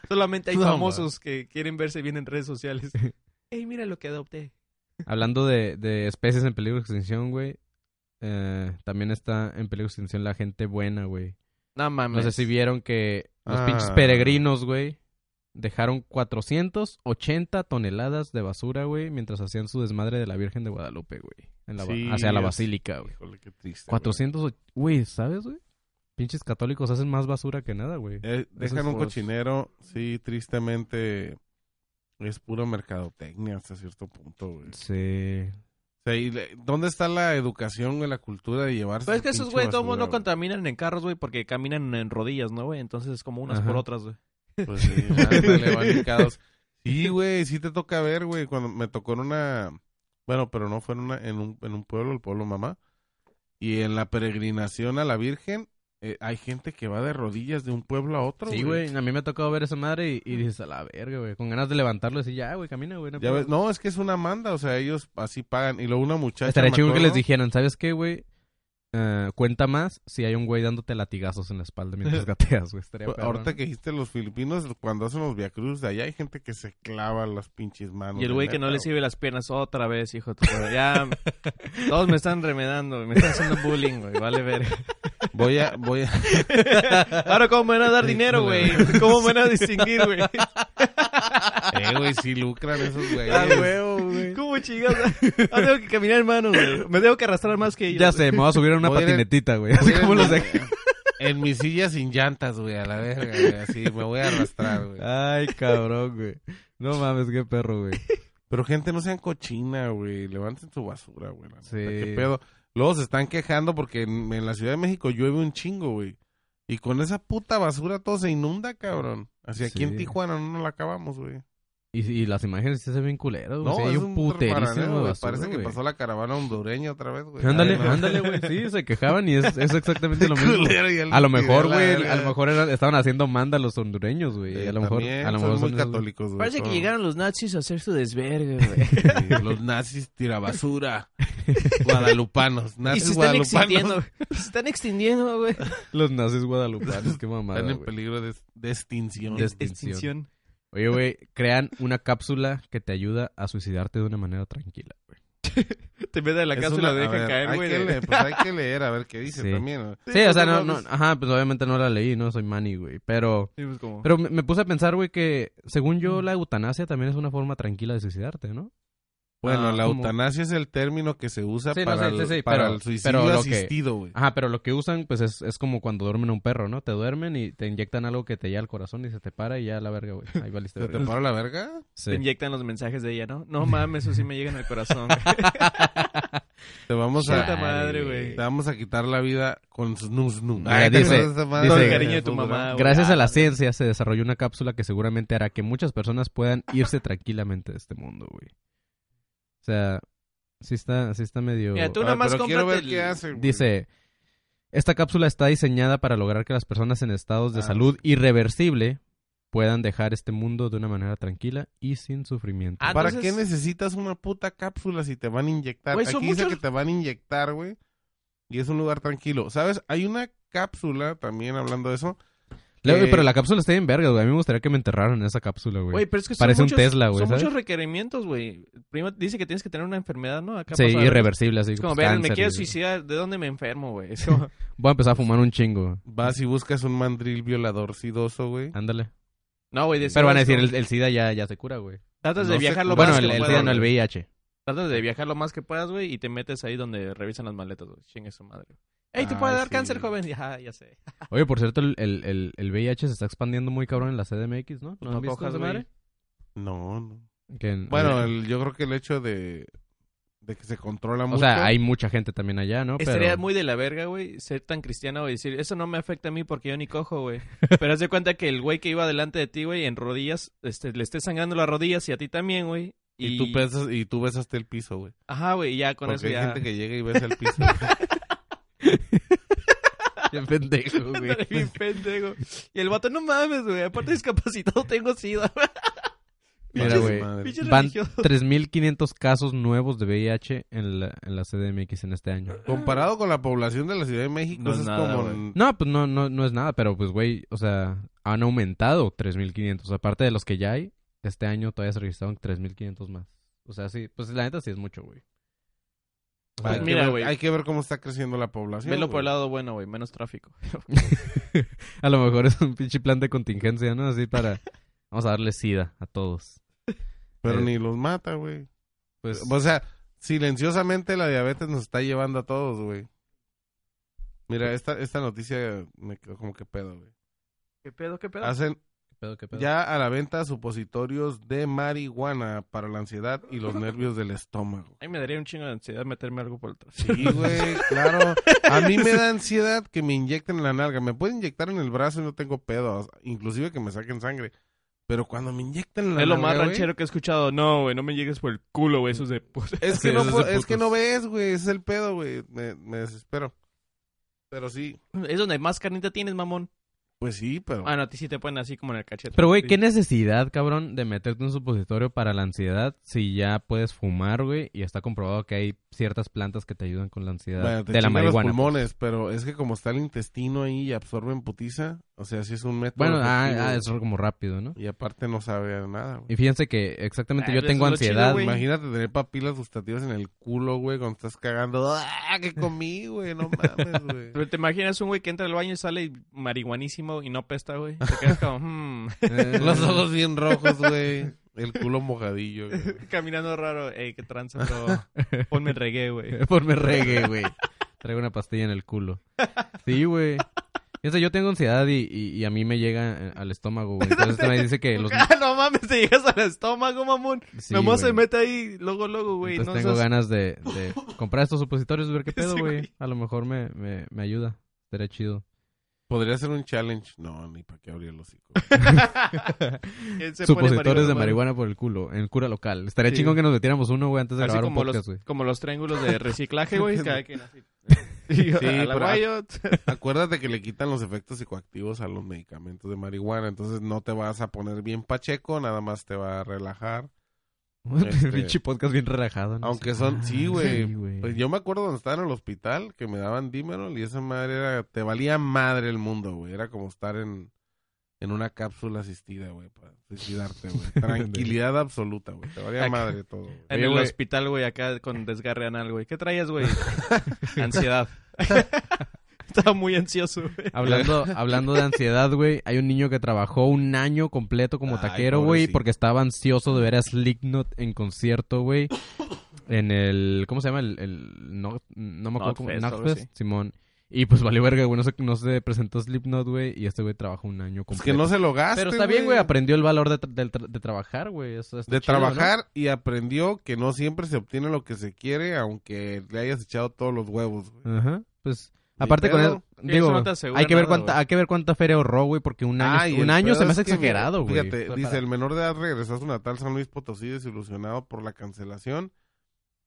Solamente hay
No,
famosos que quieren verse bien en redes sociales. Ey, mira lo que adopté.
Hablando de, de especies en peligro de extinción, güey, eh, también está en peligro de extinción la gente buena, güey.
No
No
mames.
sé si vieron que los
Ah.
pinches peregrinos, güey, dejaron 480 toneladas de basura, güey, mientras hacían su desmadre de la Virgen de Guadalupe, güey, en la ba-
Sí,
hacia la
es-
basílica, güey.
Ah, Híjole, qué triste. güey.
400, och- güey, ¿sabes, güey? Pinches católicos hacen más basura que nada, güey.
Eh,
Esos
dejan un
foros.
cochinero, sí, tristemente es puro mercadotecnia hasta cierto punto, güey.
Sí.
O sea, y le- ¿Dónde está la educación, güey, la cultura de llevarse?
Pero es que
esa
esos
pinche
güey, todos
basura,
no contaminan en carros, güey, porque caminan en rodillas, ¿no, güey? Entonces es como unas
Ajá.
por otras, güey.
Pues sí, ándale, van hincados. Sí, güey, sí te toca ver, güey. Cuando me tocó en una. Bueno, pero no fue en, una, en, un, en un pueblo, el pueblo mamá. Y en la peregrinación a la Virgen, eh, hay gente que va de rodillas de un pueblo a otro.
Sí, güey. A mí me ha tocado ver esa madre y, y dices, a la verga, güey. Con ganas de levantarlo y decir, ya, güey, camina, güey. no
Ya
pedo".
ves, no, es que es una manda, o sea, ellos así pagan. Y luego una muchacha.
Estaría
me
chido que
acuerdo,
les dijeran, ¿sabes qué, güey? Eh, cuenta más si hay un güey dándote latigazos en la espalda mientras gateas, güey. Estaría
pues,
perro,
Ahorita
¿no?
que dijiste los filipinos, cuando hacen los viacruz de allá hay gente que se clava las pinches manos.
Y el
de
güey que no
neta,
le sirve las piernas otra vez, hijo. de tu madre. Ya, todos me están remedando, güey. me están haciendo bullying, güey. Vale ver.
güey. Voy a, voy a,
Ahora, ¿cómo me van a dar dinero, güey? ¿Cómo me van a distinguir, güey?
eh, güey, sí lucran esos güeyes.
Ah, huevo, güey. ¿Cómo chingados? Ah, tengo que caminar, hermano, güey. Me tengo que arrastrar más que ellos.
Ya sé, me voy a subir a una
Voy a ir-
patinetita, güey. Así
Voy a-
como los dejé.
En mi silla sin llantas, güey, a la verga, güey. Así me voy a arrastrar, güey.
Ay, cabrón, güey. No mames, qué perro, güey.
Pero gente, no sean cochina, güey. Levanten su basura, güey. la neta,
Sí.
¿Qué pedo? Luego se están quejando porque en, en la Ciudad de México llueve un chingo, güey. Y con esa puta basura todo se inunda, cabrón. Así aquí en
Sí.
Tijuana no la acabamos, güey.
Y, y las imágenes sí se ven culeras, güey.
No,
Sí, hay
es
un
paranero,
puterísimo de
güey.
basura,
Parece que
güey.
pasó la caravana hondureña otra vez, güey.
Ándale,
Ay, no.
ándale, güey. Sí, se quejaban y es, es exactamente lo mismo.
Culero, ya le
A lo
tiré
mejor,
la
güey,
verga.
a lo mejor eran- estaban haciendo manda los hondureños, güey.
Eh,
A lo mejor,
también
a lo
son
mejor
muy
son esos-
católicos, güey.
Parece que
son-
llegaron los nazis a hacer su desvergue, güey.
Sí, los nazis tirabasura. Guadalupanos.
y
Nazis
se están
guadalupanos.
extinguiendo. Se están extinguiendo, güey.
los nazis guadalupanos, qué mamada,
Están en
güey.
peligro de, de extinción.
De- Extinción. Oye, güey, crean una cápsula que te ayuda a suicidarte de una manera tranquila, güey.
Te mete de la
Es
casa y
una-
la
a
deja
ver,
caer,
hay
güey.
que
de-
leer, pues hay que leer a ver qué dice
Sí.
también.
Sí, o sea, no,
no
no, ajá, pues obviamente no la leí, no soy Manny, güey, pero...
Sí, pues, como-
Pero me, me puse a pensar, güey, que según yo la eutanasia también es una forma tranquila de suicidarte, ¿no?
Bueno,
Ah,
la
¿cómo?
eutanasia es el término que se usa
Sí, no,
para,
sí,
el,
sí, sí,
para
pero-
el suicidio
pero lo que- Ah,
asistido, güey.
Ajá, pero lo que usan, pues es, es como cuando duermen a un perro, ¿no? Te duermen y te inyectan algo que te llega al corazón y se te para y ya la verga, güey. Ahí valiste
¿Te, te
verga.
paro la verga?
Sí.
Te inyectan los mensajes de ella, ¿no? No mames, eso sí me llega en el corazón.
Te vamos
Puta
a,
madre, güey.
te vamos a quitar la vida con snus nu.
Mira, dice- dice-
Todo el cariño de tu mamá. güey.
Gracias a
Ah,
la ciencia se desarrolló una cápsula que seguramente hará que muchas personas puedan irse tranquilamente de este mundo, güey. O sea, sí está, sí está medio...
Mira, Tú nomás
Ah, pero quiero ver
cómprate
qué
el-
hace, güey.
Dice, esta cápsula está diseñada para lograr que las personas en estados de
Ah.
salud irreversible puedan dejar este mundo de una manera tranquila y sin sufrimiento.
Ah,
¿Para
entonces-
qué necesitas una puta cápsula si te van a inyectar?
Güey,
Aquí
son
dice
muchos-
que te van a inyectar, güey. Y es un lugar tranquilo. ¿Sabes? Hay una cápsula también hablando de eso.
Leo, güey,
eh,
pero la cápsula está bien verga, güey. A mí me gustaría que me enterraran en esa cápsula, güey.
Güey, pero es que son
Parece un
muchos-
Tesla, güey,
Son
¿sabes?
muchos requerimientos, güey. Primero dice que tienes que tener una enfermedad, ¿no? Acá
sí,
pasó algo.
irreversible, así.
Es como,
pues,
ver, me
cáncer,
quiero
güey.
suicidar, ¿de dónde me enfermo, güey? Es como-
Voy a empezar a fumar un chingo.
Vas y buscas un mandril violador sidoso, güey.
Ándale.
No, güey, decía
Pero van a decir,
esto.
el, el SIDA ya, ya se cura, güey.
Tratas
no
de
sé-
viajar lo
Lo
Bueno,
más
el,
que
el
puedas.
SIDA no, el
güey.
VIH.
Tratas de viajar lo más que puedas, güey, y te metes ahí donde revisan las maletas, güey. Chingue su madre. Ey,
Ah,
te puede
Ay,
dar
sí.
cáncer, joven. Ya, ya sé.
Oye, por cierto, el, el, el, el VIH se está expandiendo muy cabrón en la CDMX, ¿no? ¿No, han visto esa
güey.
madre?
No, no.
Que en- eh,
Bueno, el- yo creo que el hecho de, de que se controla
o
mucho.
sea, hay mucha gente también allá, ¿no?
Estaría
Pero-
muy de la verga, güey, ser tan cristiano, güey, y decir, eso no me afecta a mí porque yo ni cojo, güey. Pero haz de cuenta que el güey que iba delante de ti, güey, en rodillas, este, le esté sangrando las rodillas y a ti también, güey.
Y, tú besas, y tú besas hasta el piso, güey.
Ajá, güey, y ya con
Porque
eso
hay
ya.
gente que llega y besa el piso. güey.
Qué pendejo, güey.
Ándale, bien pendejo. Y el vato, no mames, güey, aparte discapacitado tengo sida.
Mira,
Pinches
güey.
madres.
Pinche
Van
religioso.
3.500 casos nuevos de VIH en la, en la CDMX en este año.
Comparado con la población de la Ciudad de México,
No
eso
es
es
nada,
como...
güey.
No, pues no, no, no es nada, pero pues, güey, o sea, han aumentado 3.500. Aparte de los que ya hay, este año todavía se registraron 3.500 más. O sea, sí, pues la neta sí es mucho, güey. O sea,
Hay,
Pues mira,
que ver,
güey.
hay que ver cómo está creciendo la población.
Velo por
güey.
el lado bueno, güey, menos tráfico.
a lo mejor es un pinche plan de contingencia, ¿no? Así para... Vamos a darle sida a todos.
Pero
Eh.
ni los mata, güey.
Pues...
O sea, silenciosamente la diabetes nos está llevando a todos, güey. Mira, esta, esta noticia me quedó como que pedo, güey.
¿Qué pedo, qué pedo?
Hacen
¿Qué pedo, qué pedo?
ya a la venta supositorios de marihuana para la ansiedad y los nervios del estómago.
Ay, me daría un chingo de ansiedad meterme algo por el tráfico.
Sí, güey, claro. A mí me da ansiedad que me inyecten en la nalga. Me pueden inyectar en el brazo y no tengo pedo. o sea, Inclusive que me saquen sangre. Pero cuando me inyectan en la
Es lo
nalga,
más
güey,
ranchero que he escuchado. No, güey, no me llegues por el culo, güey, esos de pues, puta.
Es que,
Sí,
no,
eso es de
puedo- es que
putos.
no ves, güey. Ese es el pedo, güey. Me, me desespero. Pero sí.
Es donde más carnita tienes, mamón.
Pues sí, pero...
Ah, no, a ti sí te ponen así como en el cachete.
Pero, güey,
Sí.
¿qué necesidad, cabrón, de meterte un supositorio para la ansiedad si ya puedes fumar, güey? Y está comprobado que hay ciertas plantas que te ayudan con la ansiedad
Bueno, te
de la
chingan
marihuana.
los pulmones, pero es que como está el intestino ahí y absorben putiza, o sea, sí es un método.
Bueno, ah,
efectivo,
ah,
güey.
es como rápido, ¿no?
Y aparte no sabe a nada, güey.
Y fíjense que exactamente
Ah,
yo
pero eso
tengo
es lo chido,
ansiedad.
güey.
Imagínate tener papilas gustativas en el culo, güey, cuando estás cagando. ¡Ah, qué comí, güey! No mames, güey.
Pero te imaginas un güey que entra al baño y sale marihuanísimo y no pesta, güey. Te quedas como, hmm,
Eh,
Los ojos bien rojos, güey. El culo mojadillo, güey.
caminando raro. Ey, qué tranza, pero ponme reggae, güey.
Ponme reggae, güey. Traigo una pastilla en el culo. Sí, güey. Fíjense, yo tengo ansiedad y, y, y a mí me llega eh, al estómago, güey. Entonces este me dice que los...
Ah, no mames, te llegas al estómago, mamón.
Sí,
Nomás
güey.
se mete ahí, luego, luego, güey. No
Entonces tengo
seas-
ganas de, de comprar estos supositorios, ver qué pedo,
Sí,
güey.
güey.
A lo mejor me, me, me ayuda. Estaría chido.
Podría ser un challenge. No, ni para qué abrir los hocico.
¿Quién se pone
Supositores de marihuana
marihuana?
por el culo, en cura local. Estaría
Sí.
chingón que nos metiéramos uno, güey, antes de
Así
grabar un
como
podcast,
los,
güey.
como los triángulos de reciclaje, güey. cada quien así.
Sí,
a la
pero-
Wyatt.
Acuérdate que le quitan los efectos psicoactivos a los medicamentos de marihuana. Entonces no te vas a poner bien pacheco, nada más te va a relajar. este-
Pinche podcast bien relajado. ¿no? Ah,
Aunque son- sí, güey.
Sí,
Pues yo me acuerdo cuando estaba en el hospital que me daban dímero y esa madre era, te valía madre el mundo, güey. Era como estar en, en una cápsula asistida, güey, para suicidarte, güey. Tranquilidad absoluta, güey. Te valía
Acá.
madre todo. güey.
En
Oye,
el
güey.
hospital, güey, acá con desgarre anal, güey. ¿Qué traías, güey? Ansiedad. Estaba muy ansioso, güey.
Hablando, hablando de ansiedad, güey, hay un niño que trabajó un año completo como
Ay,
taquero, güey,
pobrecito.
porque estaba ansioso de ver a Slipknot en concierto, güey. En el, ¿cómo se llama? El, el no, no me acuerdo cómo,
Knockfest, algo
Knockfest,
así.
Simón. Y pues valió verga, güey, no se, no se presentó Slipknot, güey, y este güey trabajó un año
Es
completo.
Pues que no se lo gaste,
Pero está bien, güey, aprendió el valor de, tra- del tra- de trabajar, güey. eso está
De
chido, ¿no?
trabajar y aprendió que no siempre se obtiene lo que se quiere, aunque le hayas echado todos los huevos, güey.
Ajá. Pues,
Ni
aparte con
pedo.
eso,
Sí,
digo,
eso no te asegura
hay que ver
nada,
cuánta,
güey.
hay que ver cuánta feria ahorró, güey, porque un año,
Ay, el
un año
pedo
se me
es
hace
que, mira,
exagerado, güey.
Fíjate,
Para-
dice, el menor de edad regresó a su natal San Luis Potosí desilusionado por la cancelación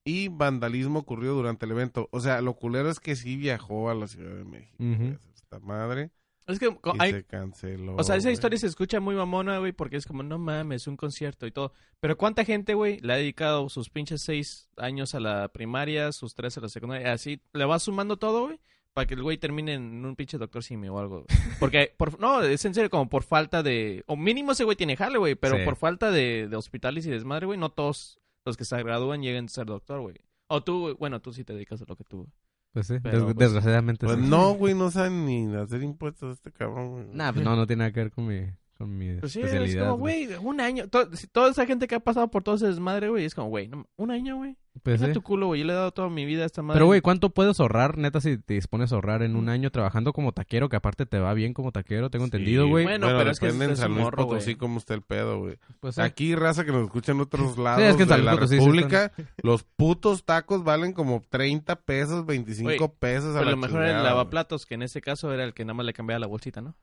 y vandalismo ocurrido durante el evento. O sea, lo culero es que sí viajó a la Ciudad de México.
Ujú.
güey, a Esta madre.
Es que co-
Y
hay,
se canceló.
O sea, esa
güey.
historia se escucha muy mamona, güey, porque es como, no mames, un concierto y todo. Pero ¿cuánta gente, güey, le ha dedicado sus pinches seis años a la primaria, sus tres a la secundaria? Así, le va sumando todo, güey, para que el güey termine en un pinche doctor simio o algo. güey. Porque, por, no, es en serio, como por falta de... O mínimo ese güey tiene jale, güey, pero
Sí.
por falta de, de hospitales y desmadre, güey, no todos los que se gradúan llegan a ser doctor, güey. O tú, güey, bueno, tú sí te dedicas a lo que tú... güey.
Pues sí,
Pero,
des-
pues,
desgraciadamente
Pues
sí.
no, güey, no saben ni hacer impuestos este cabrón, güey.
Nah, pues no, no tiene nada que ver con mi, con mi
Pues sí, es
especialidad.
como, güey, un año. to- si toda esa gente que ha pasado por todo ese desmadre, güey, es como, güey, no, un año, güey.
Pues,
Deja
sí.
tu culo, güey. Yo le he dado toda mi vida a esta madre.
Pero, güey, ¿cuánto puedes ahorrar, neta, si te dispones a ahorrar en
Mm.
un año trabajando como taquero? Que aparte te va bien como taquero, tengo
Sí.
entendido, güey.
Bueno,
Bueno,
pero
pero
es que
depende
es-
en
es
San
un
Luis
morro,
Potosí
güey.
cómo está el pedo, güey.
Pues sí.
Aquí, raza que nos escucha en otros lados
es que en San
de la
Luis Potosí sí
República, los putos tacos valen como 30 pesos, 25
Güey,
pesos a
Pero
la
lo mejor era
chingada,
el
güey.
lavaplatos, que en ese caso era el que nada más le cambiaba la bolsita, ¿no?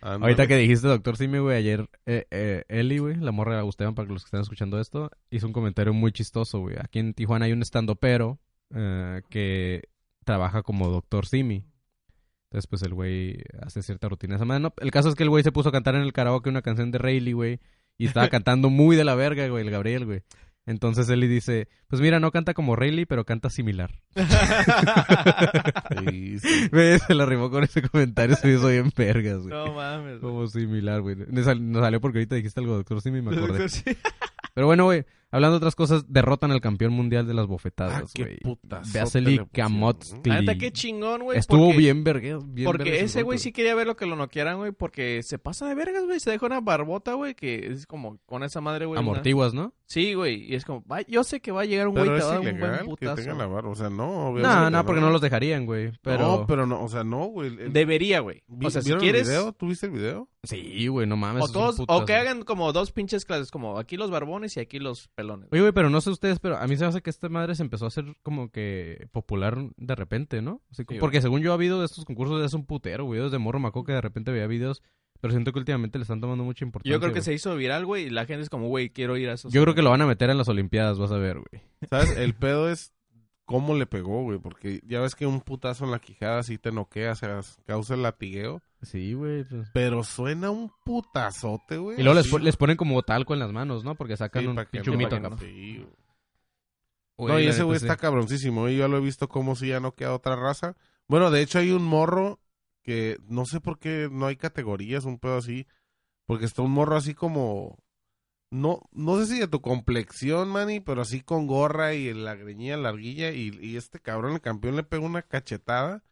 Ándale.
Ahorita que dijiste, doctor Simi, güey, ayer eh, eh, Eli, güey, la morra de Esteban, para los que están escuchando esto, hizo un comentario muy chistoso, güey. Aquí en Tijuana hay un estandopero eh, que trabaja como doctor Simi. Entonces, pues el güey hace cierta rutina. Esa madre, no, el caso es que el güey se puso a cantar en el karaoke una canción de Rayleigh, güey, y estaba cantando muy de la verga, güey, el Gabriel, güey. Entonces Eli dice, pues mira, no canta como Rayleigh, pero canta similar.
Sí, sí.
Güey, se la rimó con ese comentario, se hizo bien vergas, güey.
no mames. güey.
Como similar, güey. Nos sal- nos salió porque ahorita dijiste algo, doctor Simi, me acordé.
Sí.
Pero bueno, güey, hablando de otras cosas, derrotan al campeón mundial de las
Ah,
bofetadas,
qué
güey.
putazote le
Vasily
pusieron, ¿no?
Kamotskli.
La neta, qué chingón, güey.
Estuvo
porque-
bien verga. bien verga
Porque
su
ese güey
golpe,
sí quería ver lo que lo noquearan, güey, porque se pasa de vergas, güey. Se dejó una barbota, güey, que es como con esa madre, güey. una-
Amortiguas, ¿no?
Sí, güey. Y es como, va, yo sé que va a llegar un güey
Pero
y te va a
es
dar un buen
ilegal que
putazo.
tengan la barba. O sea, no, obviamente.
No, no, porque no los dejarían, güey. Pero...
No, pero no, o sea, no, güey. el- el-
Debería, güey.
vi-
O sea, si
¿vieron
quieres...
el video? ¿Tuviste el video?
Sí, güey, no mames.
O,
es un
todos, o
putazo.
que hagan como dos pinches clases, como aquí los barbones y aquí los pelones.
Oye, güey, pero no sé ustedes, pero a mí se me hace que esta madre se empezó a hacer como que popular de repente, ¿no? Así que-
Sí,
porque según yo ha habido estos concursos desde hace un putero, güey. Desde morro me acuerdo que de repente veía videos, pero siento que últimamente le están tomando mucha importancia.
Yo creo que
güey.
se hizo viral, güey, y la gente es como, güey, quiero ir a esos.
Yo creo que lo van a meter en las Olimpiadas, vas a ver, güey.
¿Sabes? El pedo es cómo le pegó, güey. Porque ya ves que un putazo en la quijada sí te noquea, o sea, causa el latigueo.
Sí, güey. pues.
Pero suena un putazote, güey.
Y luego les,
así.
po- les ponen como talco en las manos, ¿no? Porque sacan
Sí,
un
pa' que
pinche
no-
humito.
pa' que
acá.
no- sí, güey.
Güey,
No, y
la
ese
neta,
güey
sí.
está cabroncísimo. Y yo lo he visto como si ya no queda otra raza. Bueno, de hecho hay un morro que no sé por qué no hay categorías, un pedo así. Porque está un morro así como... No, no sé si de tu complexión, Manny, pero así con gorra y la greñilla larguilla. Y, y este cabrón, el campeón, le pega una cachetada.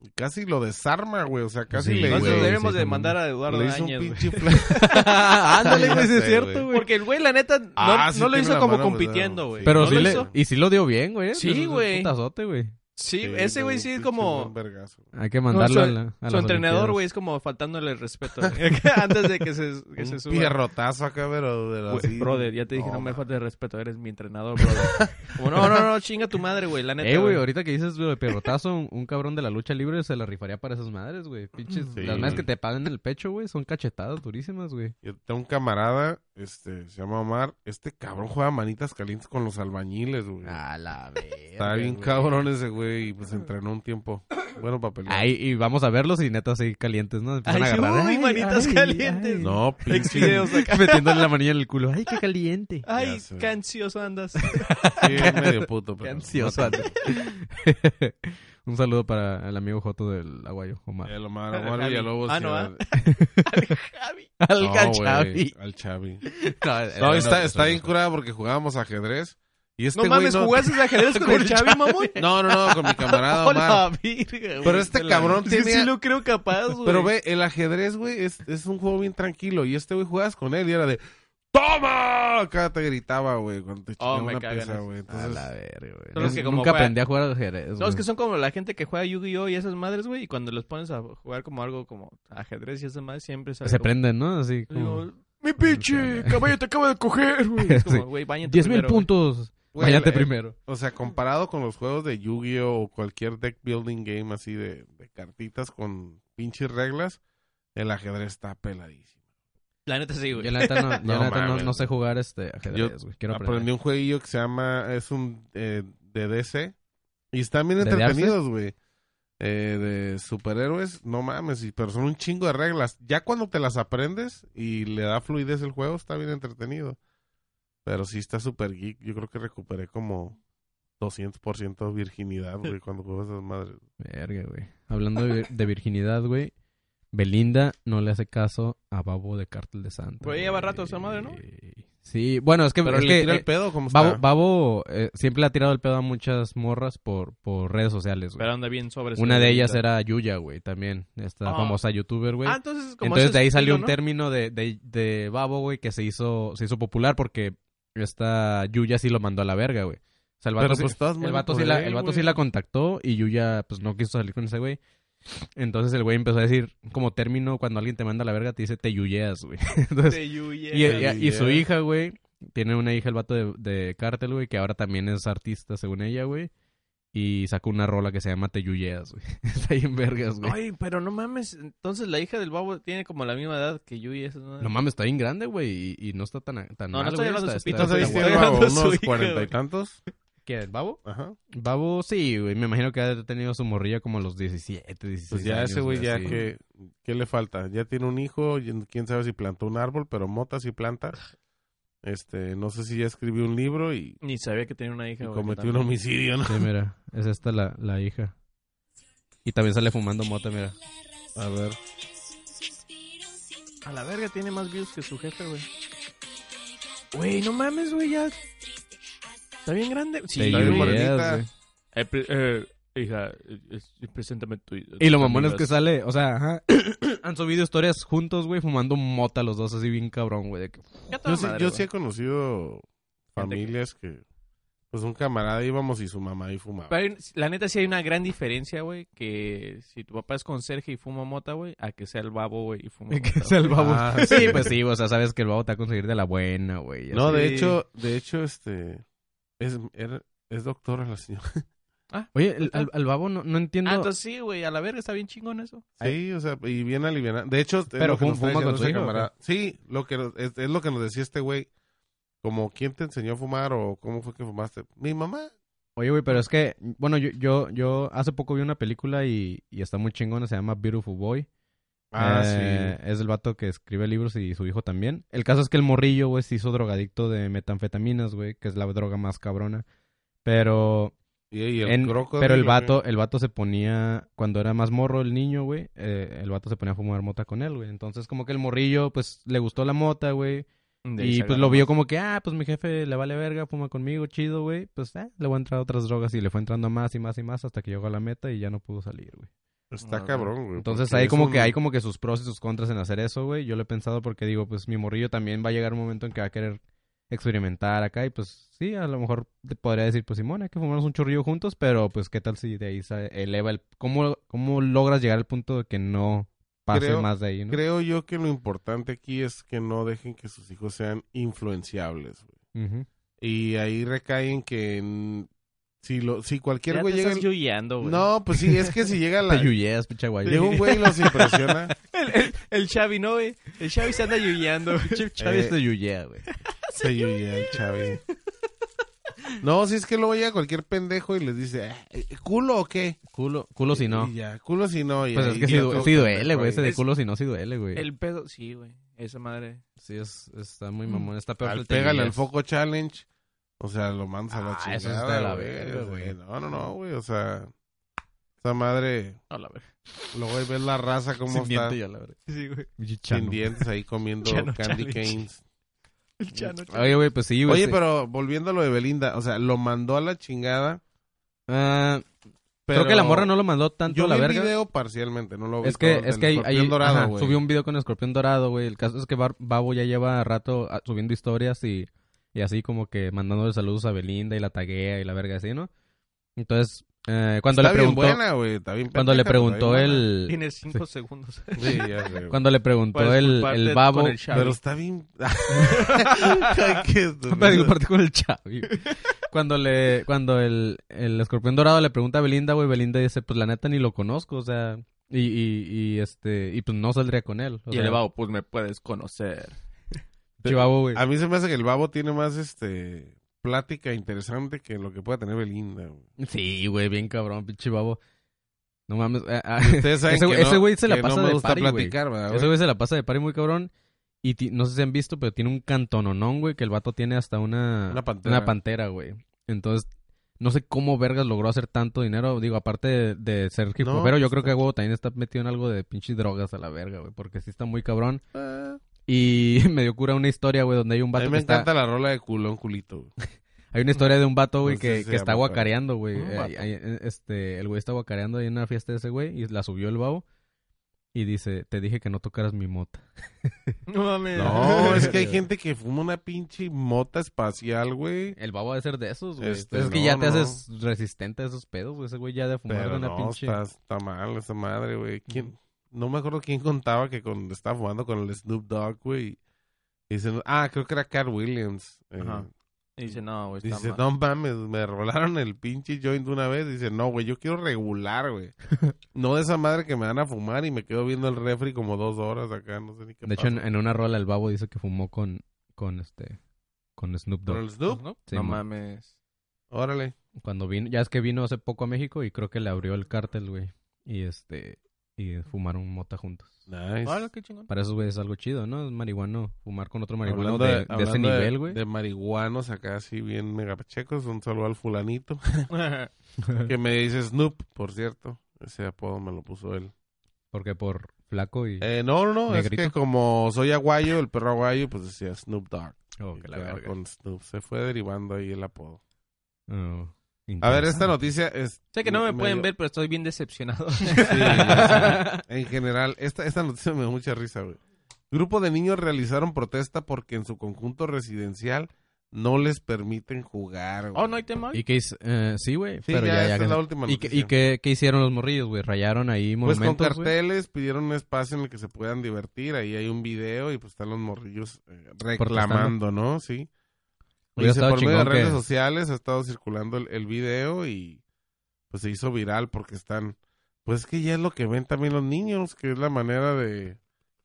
Y casi lo desarma, güey. O sea, casi
Sí,
le,
Entonces
güey,
debemos
sí,
de
no
mandar a Eduardo
le hizo
Áñez,
un
güey.
pinche flash.
Ándale, güey, sí
Ya
es
sé,
cierto,
güey.
güey.
Porque el güey, la neta, no,
Ah,
no
sí
lo
tiene
hizo
la
como
mano,
compitiendo, güey.
güey.
Pero
¿No
sí
lo
le...
hizo?
Y sí lo dio bien, güey.
Sí,
Eso es un
güey.
putazote, güey.
Sí, ese güey sí es como.
Hay que mandarlo
su-
a la- a las
Su entrenador,
Olimpiadas.
güey, es como faltándole el respeto. güey. Antes de que se, que se
Un
suba.
pierrotazo acá, pero
Ah,
de la-
Güey,
así.
brother, ya te dije, no,
No,
me
man.
faltes de respeto, eres mi entrenador, brother. Como, no, no, no, chinga tu madre, güey, la neta.
Eh, güey,
güey.
ahorita que dices lo de perrotazo, un, un cabrón de la lucha libre se la rifaría para esas madres, güey. Pinches,
Sí,
las madres
güey.
que te pagan en el pecho, güey, son cachetadas durísimas, güey.
Yo tengo un camarada Este, se llama Omar. Este cabrón juega manitas calientes con los albañiles, güey.
Ah,
A la verga.
Está bien
güey.
cabrón ese güey. Y pues entrenó un tiempo. Bueno para pelear.
Ay, y vamos a verlos y neta así calientes, ¿no? Empiezan
Ay,
a
sí,
agarrar.
uy,
ay,
manitas
ay,
calientes.
ay.
No, pinche.
Exvideos acá.
Metiéndole la manilla en el culo. Ay, qué caliente.
Ay,
Ya sé.
qué ansioso andas.
Sí, es medio puto.
Qué
pero-
ansioso. Un saludo para el amigo Joto del Aguayo, Omar.
El Omar, Omar Villalobos.
Ah, no,
y
ah.
el-
Javi.
No,
Alga
güey,
Chavi.
Al Chavi.
No,
No, está, está bien curada porque jugábamos ajedrez. Y este
pues, no
güey
mames, jugaste ajedrez con el Chavi, mamón.
No, no, no, con mi camarada Omar.
Hola, Ah,
Ah,
virga,
Pero este cabrón
Sí, sí
tenía...
lo creo capaz, güey.
Pero ve, el ajedrez, güey, es, es un juego bien tranquilo. Y este güey jugabas con él y era de... ¡Toma! Acá te gritaba, güey, cuando te
Oh,
chingaba
me
una
cagan
pieza,
esos.
güey.
A
Entonces,
la verga, güey.
Son los
Yo
que como
Nunca
juega-
aprendí a jugar al ajedrez.
No, es
güey.
que son como la gente que juega Yu-Gi-Oh! y esas madres, güey. Y cuando los pones a jugar como algo como ajedrez y esas madres, siempre
Se
prende.
prenden, ¿no? Así como...
Mi
pinche
caballo te acaba de coger, güey. Es
Sí.
como, güey, bañate
10 mil
primero, güey.
puntos.
güey,
Váyate
eh,
primero.
O sea, comparado con los juegos de Yu-Gi-Oh! o cualquier deck building game así de, de cartitas con pinches reglas, el ajedrez está peladísimo.
La neta sí,
Yo
güey.
la neta no, yo
No
la neta no,
mames.
no sé jugar este ajedrez, güey. Quiero aprender.
Aprendí un jueguillo que se llama... Es un eh, de DC. Y están bien
¿De Darkseid?
entretenidos, güey. Eh, de superhéroes, no mames, y- pero son un chingo de reglas. Ya cuando te las aprendes y le da fluidez el juego, está bien entretenido. Pero sí está super geek. Yo creo que recuperé como 200% virginidad, güey, cuando juego esas madres.
Verga, güey. Hablando de, de virginidad, güey. Belinda no le hace caso a Babo de Cártel de Santa.
Pero ella lleva rato esa madre, ¿no?
Sí, bueno, es que,
Pero
es
le
que,
tira
eh,
el pedo, como
Babo, Babo, eh, siempre le ha tirado el pedo a muchas morras por, por redes sociales, güey.
Pero anda bien sobre
Una de ellas era Yuya, güey, también. Esta
Ah.
famosa youtuber, güey.
Ah, entonces, como
Entonces
ese
de ahí
estilo,
salió un
¿no?
término de, de, de Babo, güey, que se hizo, se hizo popular porque esta Yuya sí lo mandó a la verga, güey. O sea, el vato,
Pero
sí,
pues todas
el
mueren
vato,
por
sí, la,
él,
el vato
güey.
sí la contactó y Yuya pues no quiso salir con ese güey. Entonces el güey empezó a decir como término cuando alguien te manda a la verga te dice te yuyeas, güey. Entonces,
De Yuya.
y,
yeah.
y- y su hija, güey, tiene una hija el vato de, de Cártel, güey, que ahora también es artista según ella, güey. Y sacó una rola que se llama Te yuyeas, güey. Está ahí en vergas, güey.
Ay, pero no mames. Entonces la hija del babo tiene como la misma edad que Yuya. esas madres.
No mames, está bien grande, güey, y, y no está tan, tan
No, no
mal,
estoy
güey,
hablando de
está-
su pito,
está-
Entonces ahí
está
estoy
guapo.
tiene
hablando
Babo,
de su
unos
hija,
cuarenta y
güey.
tantos.
¿Qué, el babo?
Ajá.
Babo, sí, güey, me imagino que ha tenido su morrilla como a los 17, 16
Pues ya
años,
ese güey ya
así.
que... ¿Qué le falta? Ya tiene un hijo, y quién sabe si plantó un árbol, pero mota si planta. Este, no sé si ya escribió un libro y,
Ni sabía que tenía una hija,
y
güey.
cometió un
también.
homicidio, ¿no?
Sí, mira, es esta la, la hija. Y también sale fumando mota, mira.
A ver.
A la verga tiene más views que su jefe, güey. Güey, no mames, güey, ya. Está bien grande. Sí,
Te
está bien
yuyeas,
morenita.
güey.
Eh, pre- eh, hija, eh, eh, preséntame tu.
Y lo
tus
mamón es
amigas.
que sale, o sea, ajá, han subido historias juntos, güey, fumando mota los dos, así bien cabrón, güey. de que-
Ya toda
Yo, sí,
madre,
yo
güey.
sí he conocido familias que... Pues un camarada íbamos y su mamá ahí fumaba.
Pero hay- la neta sí hay una gran diferencia, güey, que si tu papá es conserje y fuma mota, güey, a que sea el babo, güey, y fuma mota.
que
güey.
sea el babo.
Ah,
sí, pues sí, o sea, sabes que el babo te va a conseguir de la buena, güey.
No,
así.
de
Sí.
hecho, de hecho, este... Es, era- es doctora la señora.
Oye, el- al, al babo no, no entiendo.
Ah, entonces sí, güey, a la verga está bien chingón eso.
Sí, o sea, y bien aliviada. De hecho, es
Pero
lo que
fum-
nos está
fuma con
diciendo
su
ese
hijo, ¿o qué?
camarada. Sí, lo que nos- es, es lo que nos decía este güey. Como, ¿quién te enseñó a fumar o cómo fue que fumaste? Mi mamá.
Oye, güey, pero es que, bueno, yo, yo, yo hace poco vi una película y, y está muy chingona, se llama Beautiful Boy.
Ah,
Eh, Es el vato que escribe libros y su hijo también. El caso es que el morrillo, güey, se hizo drogadicto de metanfetaminas, güey, que es la droga más cabrona. Pero
sí. Y, y el
en-
crocodilo,
pero el
¿qué?
vato, el vato se ponía, cuando era más morro el niño, güey, eh, el vato se ponía a fumar mota con él, güey. Entonces, como que el morrillo, pues, le gustó la mota, güey. Y pues lo vio como que, ah, pues mi jefe le vale verga, fuma conmigo, chido, güey. Pues, eh, le voy a entrar a otras drogas y le fue entrando más y más y más hasta que llegó a la meta y ya no pudo salir, güey.
Está
Ah,
cabrón, güey.
Entonces
porque
ahí
pues, es
como
un-
que hay como que sus pros y sus contras en hacer eso, güey. Yo lo he pensado porque digo, pues mi morrillo también va a llegar un momento en que va a querer experimentar acá y pues sí, a lo mejor te podría decir, pues Simón, hay que fumarnos un chorrillo juntos, pero pues qué tal si de ahí se eleva el... ¿Cómo, cómo logras llegar al punto de que no pase
Creo-
más de ahí, no?
Creo yo que lo importante aquí es que no dejen que sus hijos sean influenciables. güey.
Ujú.
Y ahí recaen que en- si lo si cualquier
Ya
güey
te
llega
estás yuyando, güey.
No, pues sí, es que si llega la
Te yuyeas, pinche guay. Eh,
llega un güey y los impresiona.
El, el- El Xavi, ¿no, güey? El Xavi se anda yuyeando. güey.
Chavi
Eh,
es de Yuyea, güey.
Se llovía el Chavi. No, si es que luego llega cualquier pendejo y les dice, "Eh, ¿culo o qué?
Culo, culo si no.
Y ya, culo si no. y
Pues
ahí
es que sí,
ya
du-
todo
sí duele,
pendejo
güey. Ese
ahí.
de
Es-
culo si no, sí duele, güey.
El pedo, sí, güey. Esa madre.
Sí, es, está muy mamón. Está peor que
Mm. Al
el
pégale
Teguillas.
al foco challenge. O sea, lo mandas a la
Ah,
chingada.
eso está de la
güey,
verga,
o sea,
güey.
No, no, no, güey. O sea, esa madre.
A la verga.
Luego ahí ves la raza cómo
Sin
está.
diente ya, la verdad.
Sí, güey.
Sin dientes ahí comiendo
Chano
candy
challenge.
canes.
El Chano. Chano.
Oye, güey, pues sí, güey.
Oye,
sí.
pero volviendo a lo de Belinda. O sea, lo mandó a la chingada.
Ah,
Pero
Creo que la morra no lo mandó tanto
Yo
a la
vi el
verga.
video parcialmente, no lo vi.
Es que,
todo,
es
del
que ahí,
escorpión
ahí-
dorado,
ajá,
güey.
subí un video con escorpión dorado, güey. El caso es que Bar- Babo ya lleva rato ah, subiendo historias y, y así como que mandándole saludos a Belinda y la taguea y la verga así, ¿no? Entonces, eh, cuando
Está
le preguntó,
bien buena, güey. Está bien
cuando le
pendeja, pero
preguntó
está bien
el,
Tienes cinco segundos.
buena. Sí, ya sé, güey.
cuando le preguntó
Puedes
el,
culparte
el
con
Babo,
el Xavi.
Pero está bien. Ay, qué-
Pero aparte con el Xavi. Cuando le, cuando el, el escorpión dorado le pregunta a Belinda, güey, Belinda dice, pues la neta ni lo conozco, o sea, y, y, y, este, y pues no saldría con él. O
Y
sea,
el Babo, Ah, pues me puedes conocer.
Chivabo, güey.
A mí se me hace que el babo tiene más este plática interesante que lo que pueda tener Belinda. güey.
Sí, güey, bien cabrón, pinche babo. No mames. ah, ah,
Ustedes saben
Ese
que
güey-
no-
ese güey se la
que
pasa
no me
de
gusta
party, güey.
platicar, ¿verdad, güey?
ese güey se la pasa de party muy cabrón. Y ti- no sé si han visto, pero tiene un cantononón, güey, que el vato tiene hasta una...
Una pantera.
una pantera, güey. Entonces, no sé cómo vergas logró hacer tanto dinero. Digo, aparte de, de ser hip
No,
hopero, yo
pues,
creo que,
está-
güey, también está metido en algo de pinches drogas a la verga, güey. Porque sí está muy cabrón.
Ah,
Y me dio cura una historia, güey, donde hay un
A mí
vato
me
que está...
encanta la rola de culón culito. güey.
Hay una historia de un vato, güey,
No sé
que,
si se
que está
llama,
guacareando, güey.
Un
Eh,
vato.
ahí, eh, Este, el güey está guacareando ahí en una fiesta de ese güey y la subió el babo. Y dice, te dije que no tocaras mi mota.
No mames.
No, es que hay gente que fuma una pinche mota espacial, güey.
El babo ha de ser de esos, güey.
Este,
es que
no,
ya te
no.
haces resistente a esos pedos, güey. Ese güey ya de fumar
Pero
una
no,
pinche...
está, está mal esa madre, güey. ¿Quién? No me acuerdo quién contaba que cuando estaba fumando con el Snoop Dogg, güey. Dicen, ah, creo que era Carl Williams. eh,
Ajá. Y dice, no, güey, está
Dice,
mal.
no mames, me rolaron el pinche joint una vez. Dice, no, güey, yo quiero regular, güey. no de esa madre que me van a fumar y me quedo viendo el refri como dos horas acá, no sé ni qué
De hecho,
pasa.
en, en una rola el babo dice que fumó con, con este... Con Snoop
¿Con
Dogg.
el Snoop?
Sí,
no
mo-
mames.
Órale.
Cuando vino... Ya es que vino hace poco a México y creo que le abrió el cártel, güey. Y este... Y fumaron mota juntos.
Nice.
Ah, qué chingón.
Para esos güeyes es algo chido, ¿no? Es marihuano, fumar con otro marihuano
Hablando
de, de
hablando
ese nivel, güey.
De marihuanos acá, así bien megapachecos. Un saludo al fulanito. que me dice Snoop, por cierto. Ese apodo me lo puso él.
Porque por flaco y...
Eh, no, no, no.
Negrito.
Es que como soy aguayo, el perro aguayo, pues decía Snoop Dogg.
Oh,
Y
que la
quedaba
verga.
con Snoop. Se fue derivando ahí el apodo.
Oh,
A ver,
interesante.
esta noticia es...
Sé que no me pueden
medio-
ver, pero estoy bien decepcionado.
Sí, ya sé. en general, esta, esta noticia me da mucha risa, güey. Grupo de niños realizaron protesta porque en su conjunto residencial no les permiten jugar, güey.
oh, no hay tema.
¿Y qué hice? Eh, sí, güey.
Sí,
pero ya,
ya,
ya
esta
que-
es la última
¿Y, qué,
noticia.
y qué- qué hicieron los morrillos, güey? ¿Rayaron ahí
Pues con
monumentos, güey?
carteles pidieron un espacio en el que se puedan divertir. Ahí hay un video y pues están los morrillos eh, reclamando, ¿no? Sí.
Hubiera
Dice,
estado
por medio
Pues
de
chingón que-
redes sociales ha estado circulando el, el video y pues se hizo viral porque están... Pues es que ya es lo que ven también los niños, que es la manera de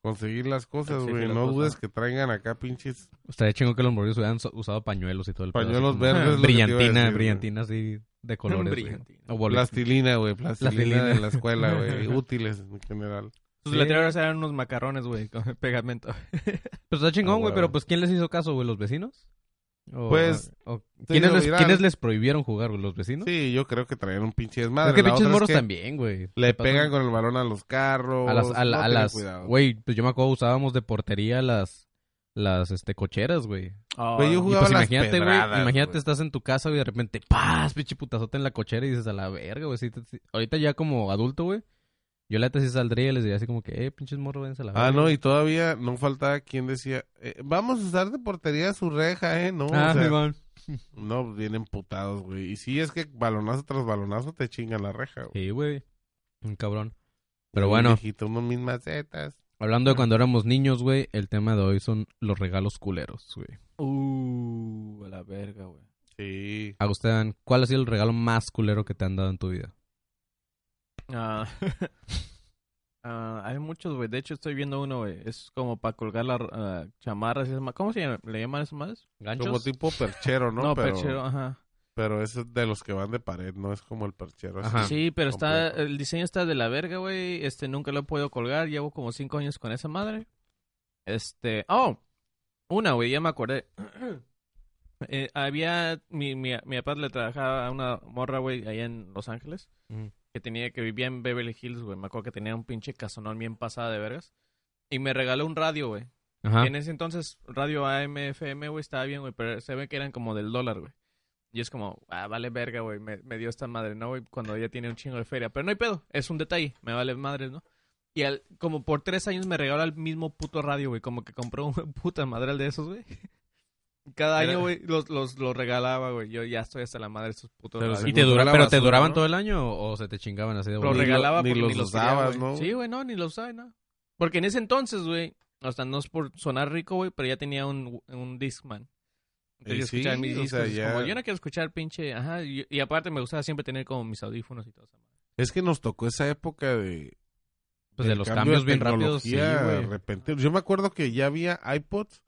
conseguir las cosas,
Exigir
güey.
las
No
cosas.
dudes que traigan acá pinches
Estaría chingo que los morrillos hubieran so- usado pañuelos y todo el pedo, así
Pañuelos
como-
verdes, lo que te iba a
Brillantina,
decir,
brillantina así de colores, güey. Ah,
Brillantina.
O boli-
plastilina, güey. Plastilina,
Plastilina.
de la escuela, güey. útiles en general.
Sus
Sí.
letreros eran unos macarrones, güey, con pegamento.
Pero está chingón,
Ah,
güey.
huevo.
Pero pues, ¿quién les hizo caso, güey? ¿Los vecinos? O-
Pues,
o- ¿quiénes,
digo,
les,
viral.
¿Quiénes les prohibieron jugar, güey? ¿Los vecinos?
Sí, yo creo que traen un pinche desmadre.
Es que
La
pinches
otra es
morros
que
también, güey. Se
Le
pasan-
pegan con el balón a los carros.
a las a, la-
Pues, no
a
tienen
las
cuidado.
güey pues yo me acuerdo usábamos de portería las las este cocheras güey
Güey, yo
Y,
jugaba
pues
las
imagínate güey
pedradas,
imagínate
güey.
estás en tu casa güey, y de repente paz pinche putazote en la cochera y dices a la verga güey sí te- sí. ahorita ya como adulto güey yo la neta sí saldría y les diría así como que eh pinches morro vénse a la
Ah,
verga.
no, y todavía no faltaba quien decía, eh, vamos a usar de portería su reja, ¿eh? No, o
ah
sea,
Simón.
no, vienen putados, güey. Y sí, es que balonazo tras balonazo te chingan la reja, güey.
sí güey un cabrón pero
Un
bueno
viejito, uno mis macetas.
hablando de cuando éramos niños güey el tema de hoy son los regalos culeros güey
Uh, a la verga, güey.
Sí.
Agustín ¿cuál ha sido el regalo más culero que te han dado en tu vida
Ah. Ah, hay muchos, güey. De hecho, estoy viendo uno, güey. Es como para colgar las ah, chamarras. y esas ma- ¿Cómo se llama? ¿Le llaman eso más?
Como
¿Ganchos?
tipo perchero, ¿no?
No,
pero,
perchero, ajá.
Pero es de los que van de pared, no es como el perchero.
Ajá.
así.
Sí, pero está,
completo.
el diseño está de la verga, güey. Este, nunca lo he podido colgar. Llevo como cinco años con esa madre. Este, oh, una, güey, ya me acordé. Eh, había, mi, mi, mi papá le trabajaba a una morra, güey, allá en Los Ángeles.
Mm.
Que tenía, que vivía en Beverly Hills, güey. Me acuerdo que tenía un pinche casonón bien pasada de vergas. Y me regaló un radio, güey.
Ajá.
En ese entonces, radio AMFM, güey, estaba bien, güey, pero se ve que eran como del dólar, güey. Y es como, ah, vale verga, güey, me, me dio esta madre, ¿no, güey? Cuando ya tiene un chingo de feria. Pero no hay pedo, es un detalle, me vale madre, ¿no? Y al- como por tres años me regaló el mismo puto radio, güey, como que compró un puta madral de esos, güey. Cada
Era-
año, güey, los, los, los regalaba, güey. Yo ya estoy hasta la madre de esos putos
Pero
radios.
¿Y te
Encontró
dura,
la
pero te
basura,
duraban
¿no?
todo el año o, o se te chingaban así de
Lo
volada?
rega-
regalaba
ni
porque
los
ni los
usabas,
quería,
¿no?
güey. Sí, güey, no, ni los usaba, ¿no? Porque en ese entonces, güey, o sea, no es por sonar rico, güey, pero ya tenía un, un Discman. Entonces
Y
yo escuchaba
Eh, sí,
mis
o
discos,
sea,
es
ya-
como, yo no quiero escuchar pinche, ajá, y, y aparte me gustaba siempre tener como mis audífonos y todo eso.
Es que nos tocó esa época de,
Pues de
del
los
cambio
cambios
de
bien rápidos, sí,
tecnología
güey.
repentino. Yo me acuerdo que ya había iPods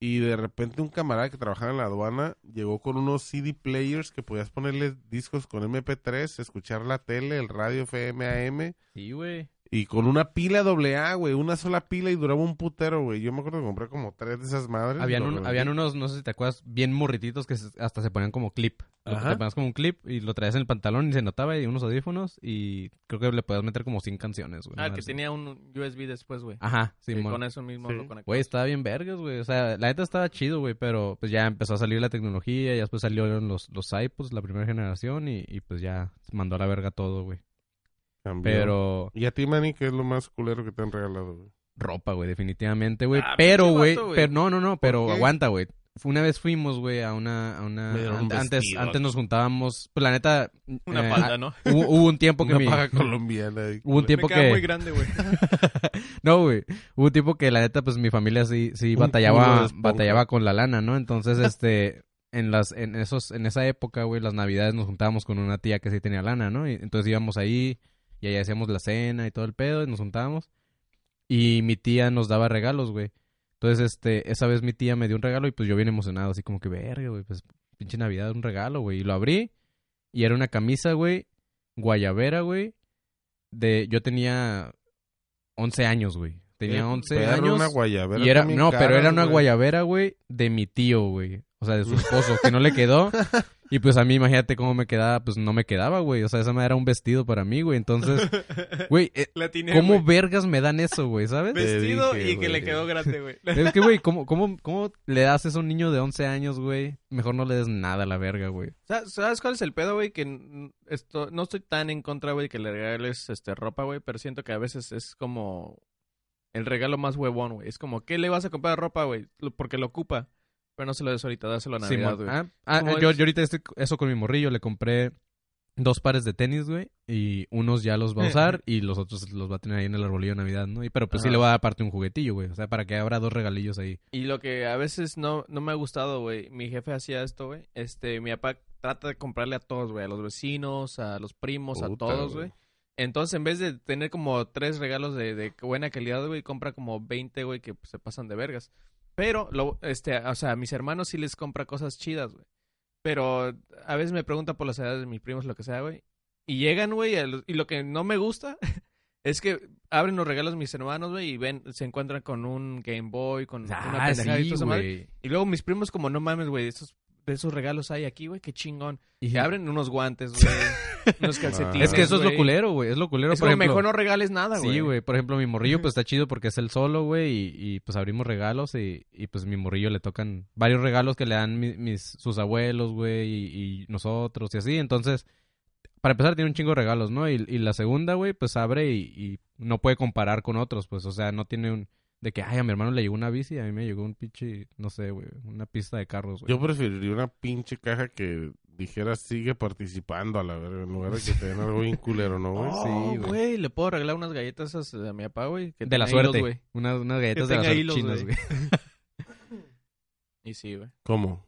y de repente un camarada que trabajaba en la aduana llegó con unos CD players que podías ponerle discos con MP3, escuchar la tele, el radio FM AM
Sí, güey.
y con una pila AA, güey, una sola pila y duraba un putero, güey. Yo me acuerdo que compré como tres de esas madres.
Habían,
lo
un-
revendí.
habían unos, no sé si te acuerdas, bien morrititos que se- hasta se ponían como clip. Lo-
Ajá.
Te ponías como un clip y lo traías en el pantalón y se notaba y unos audífonos y creo que le podías meter como 100 canciones, güey.
Ah,
madre
que
así.
tenía un USB después, güey.
Ajá, sí,
Que
mon.
con eso mismo
Ah, Sí.
lo conectó.
Güey, estaba bien vergas, güey. O sea, la neta estaba chido, güey, pero pues ya empezó a salir la tecnología, ya después salieron los, los iPods, la primera generación, y, y pues ya mandó a la verga todo, güey.
Cambió.
Pero
Y a ti, Manny, ¿qué es lo más culero que te han regalado, güey?
ropa, güey, definitivamente, güey.
Ah,
pero,
pinche
güey,
vato, güey.
pero no, no, no, pero
qué?
aguanta, güey. Fu- Una vez fuimos, güey, a una, a una
Me dieron un
ante- antes,
vestido.
antes nos juntábamos, pues la neta,
Una
eh,
falda, ¿no?
ah, hubo, hubo un tiempo que
Una
mi-
paja colombiana. ahí.
hubo un
Me
tiempo
queda muy
que
grande, güey.
no, güey, hubo un tiempo que la neta pues mi familia sí sí
Un culo de
batallaba
esponja.
batallaba con la lana, ¿no? Entonces, este en las en esos en esa época, güey, las Navidades nos juntábamos con una tía que sí tenía lana, ¿no? Y entonces íbamos ahí y ahí hacíamos la cena y todo el pedo y nos juntábamos y mi tía nos daba regalos, güey. Entonces, este, esa vez mi tía me dio un regalo y pues yo bien emocionado, así como que verga, güey, pues pinche Navidad, un regalo, güey. Y lo abrí y era una camisa, güey, guayabera, güey, de, yo tenía 11 años, güey. Tenía
Eh,
11
perro,
años.
una guayabera
y era,
también
no, pero
cara,
era una
güey.
guayabera, güey, de mi tío, güey. O sea, de su esposo, que no le quedó. Y pues a mí, imagínate cómo me quedaba, pues no me quedaba, güey. O sea, esa madre era un vestido para mí, güey. Entonces, güey, eh,
La tiene,
¿cómo vergas me dan eso, güey? ¿Sabes?
Te
Vestido
dije,
y que le
güey.
quedó grande, güey.
Es que, güey, ¿cómo, cómo, ¿cómo le das eso a un niño de 11 años, güey? Mejor no le des nada a la verga, güey.
Sa- ¿Sabes cuál es el pedo, güey? Que n- esto, no estoy tan en contra, güey, que le regales este, ropa, güey, pero siento que a veces es como el regalo más huevón, güey. Es como, ¿qué le vas a comprar ropa, güey? Lo- Porque lo ocupa. Pero no se lo des ahorita, dáselo a Navidad,
Simón.
güey.
Ah, ah,
¿Cómo
yo,
es?
yo ahorita estoy c- eso con mi morrillo. Le compré dos pares de tenis, güey. Y unos ya
Eh.
los va a usar y los otros los va a tener ahí en el arbolillo de Navidad, ¿no? Y, pero pues sí
Ajá.
le va a dar aparte un juguetillo, güey. O sea, para que habrá dos regalillos ahí.
Y lo que a veces no, no me ha gustado, güey. Mi jefe hacía esto, güey. Este, mi papá trata de comprarle a todos, güey. A los vecinos, a los primos, a
Puta,
todos,
güey.
güey. Entonces, en vez de tener como tres regalos de, de buena calidad, güey, compra como 20, güey, que pues, se pasan de vergas. Pero, lo, este, o sea, a mis hermanos sí les compra cosas chidas, güey. Pero a veces me preguntan por las edades de mis primos, lo que sea, güey. Y llegan, güey, a los- y lo que no me gusta es que abren los regalos mis hermanos, güey, y ven, se encuentran con un Game Boy, con
Ah,
una pendejada y toda esa madre. Y luego mis primos como, no mames, güey, esos, de esos regalos hay aquí, güey, qué chingón. Y
Y
abren unos guantes, güey, unos calcetines,
Es que eso es lo
güey.
culero, güey. Es lo culero,
Es
por
como,
ejemplo.
mejor no regales nada, güey.
Sí, güey. Por ejemplo, mi morrillo, pues está chido porque es el solo, güey. Y, y, pues abrimos regalos y, y, pues mi morrillo le tocan varios regalos que le dan mi- mis, sus abuelos, güey, y, y nosotros y así. Entonces, para empezar, tiene un chingo de regalos, ¿no? Y, y la segunda, güey, pues abre y, y no puede comparar con otros, pues. O sea, no tiene un. De que, ay, a mi hermano le llegó una bici, a mí me llegó un pinche, no sé, güey, una pista de carros, güey.
Yo preferiría una pinche caja que dijera sigue participando a la verga en lugar de que te den algo bien culero, ¿no, güey?
Oh,
Sí,
Sí, güey.
güey, le puedo regalar unas galletas esas a mi papá, güey. que
De la
tenga hilos,
suerte.
güey.
unas, unas galletas
Que
de la
tenga
suerte
hilos,
chinas,
güey.
güey.
Y sí, güey.
¿Cómo?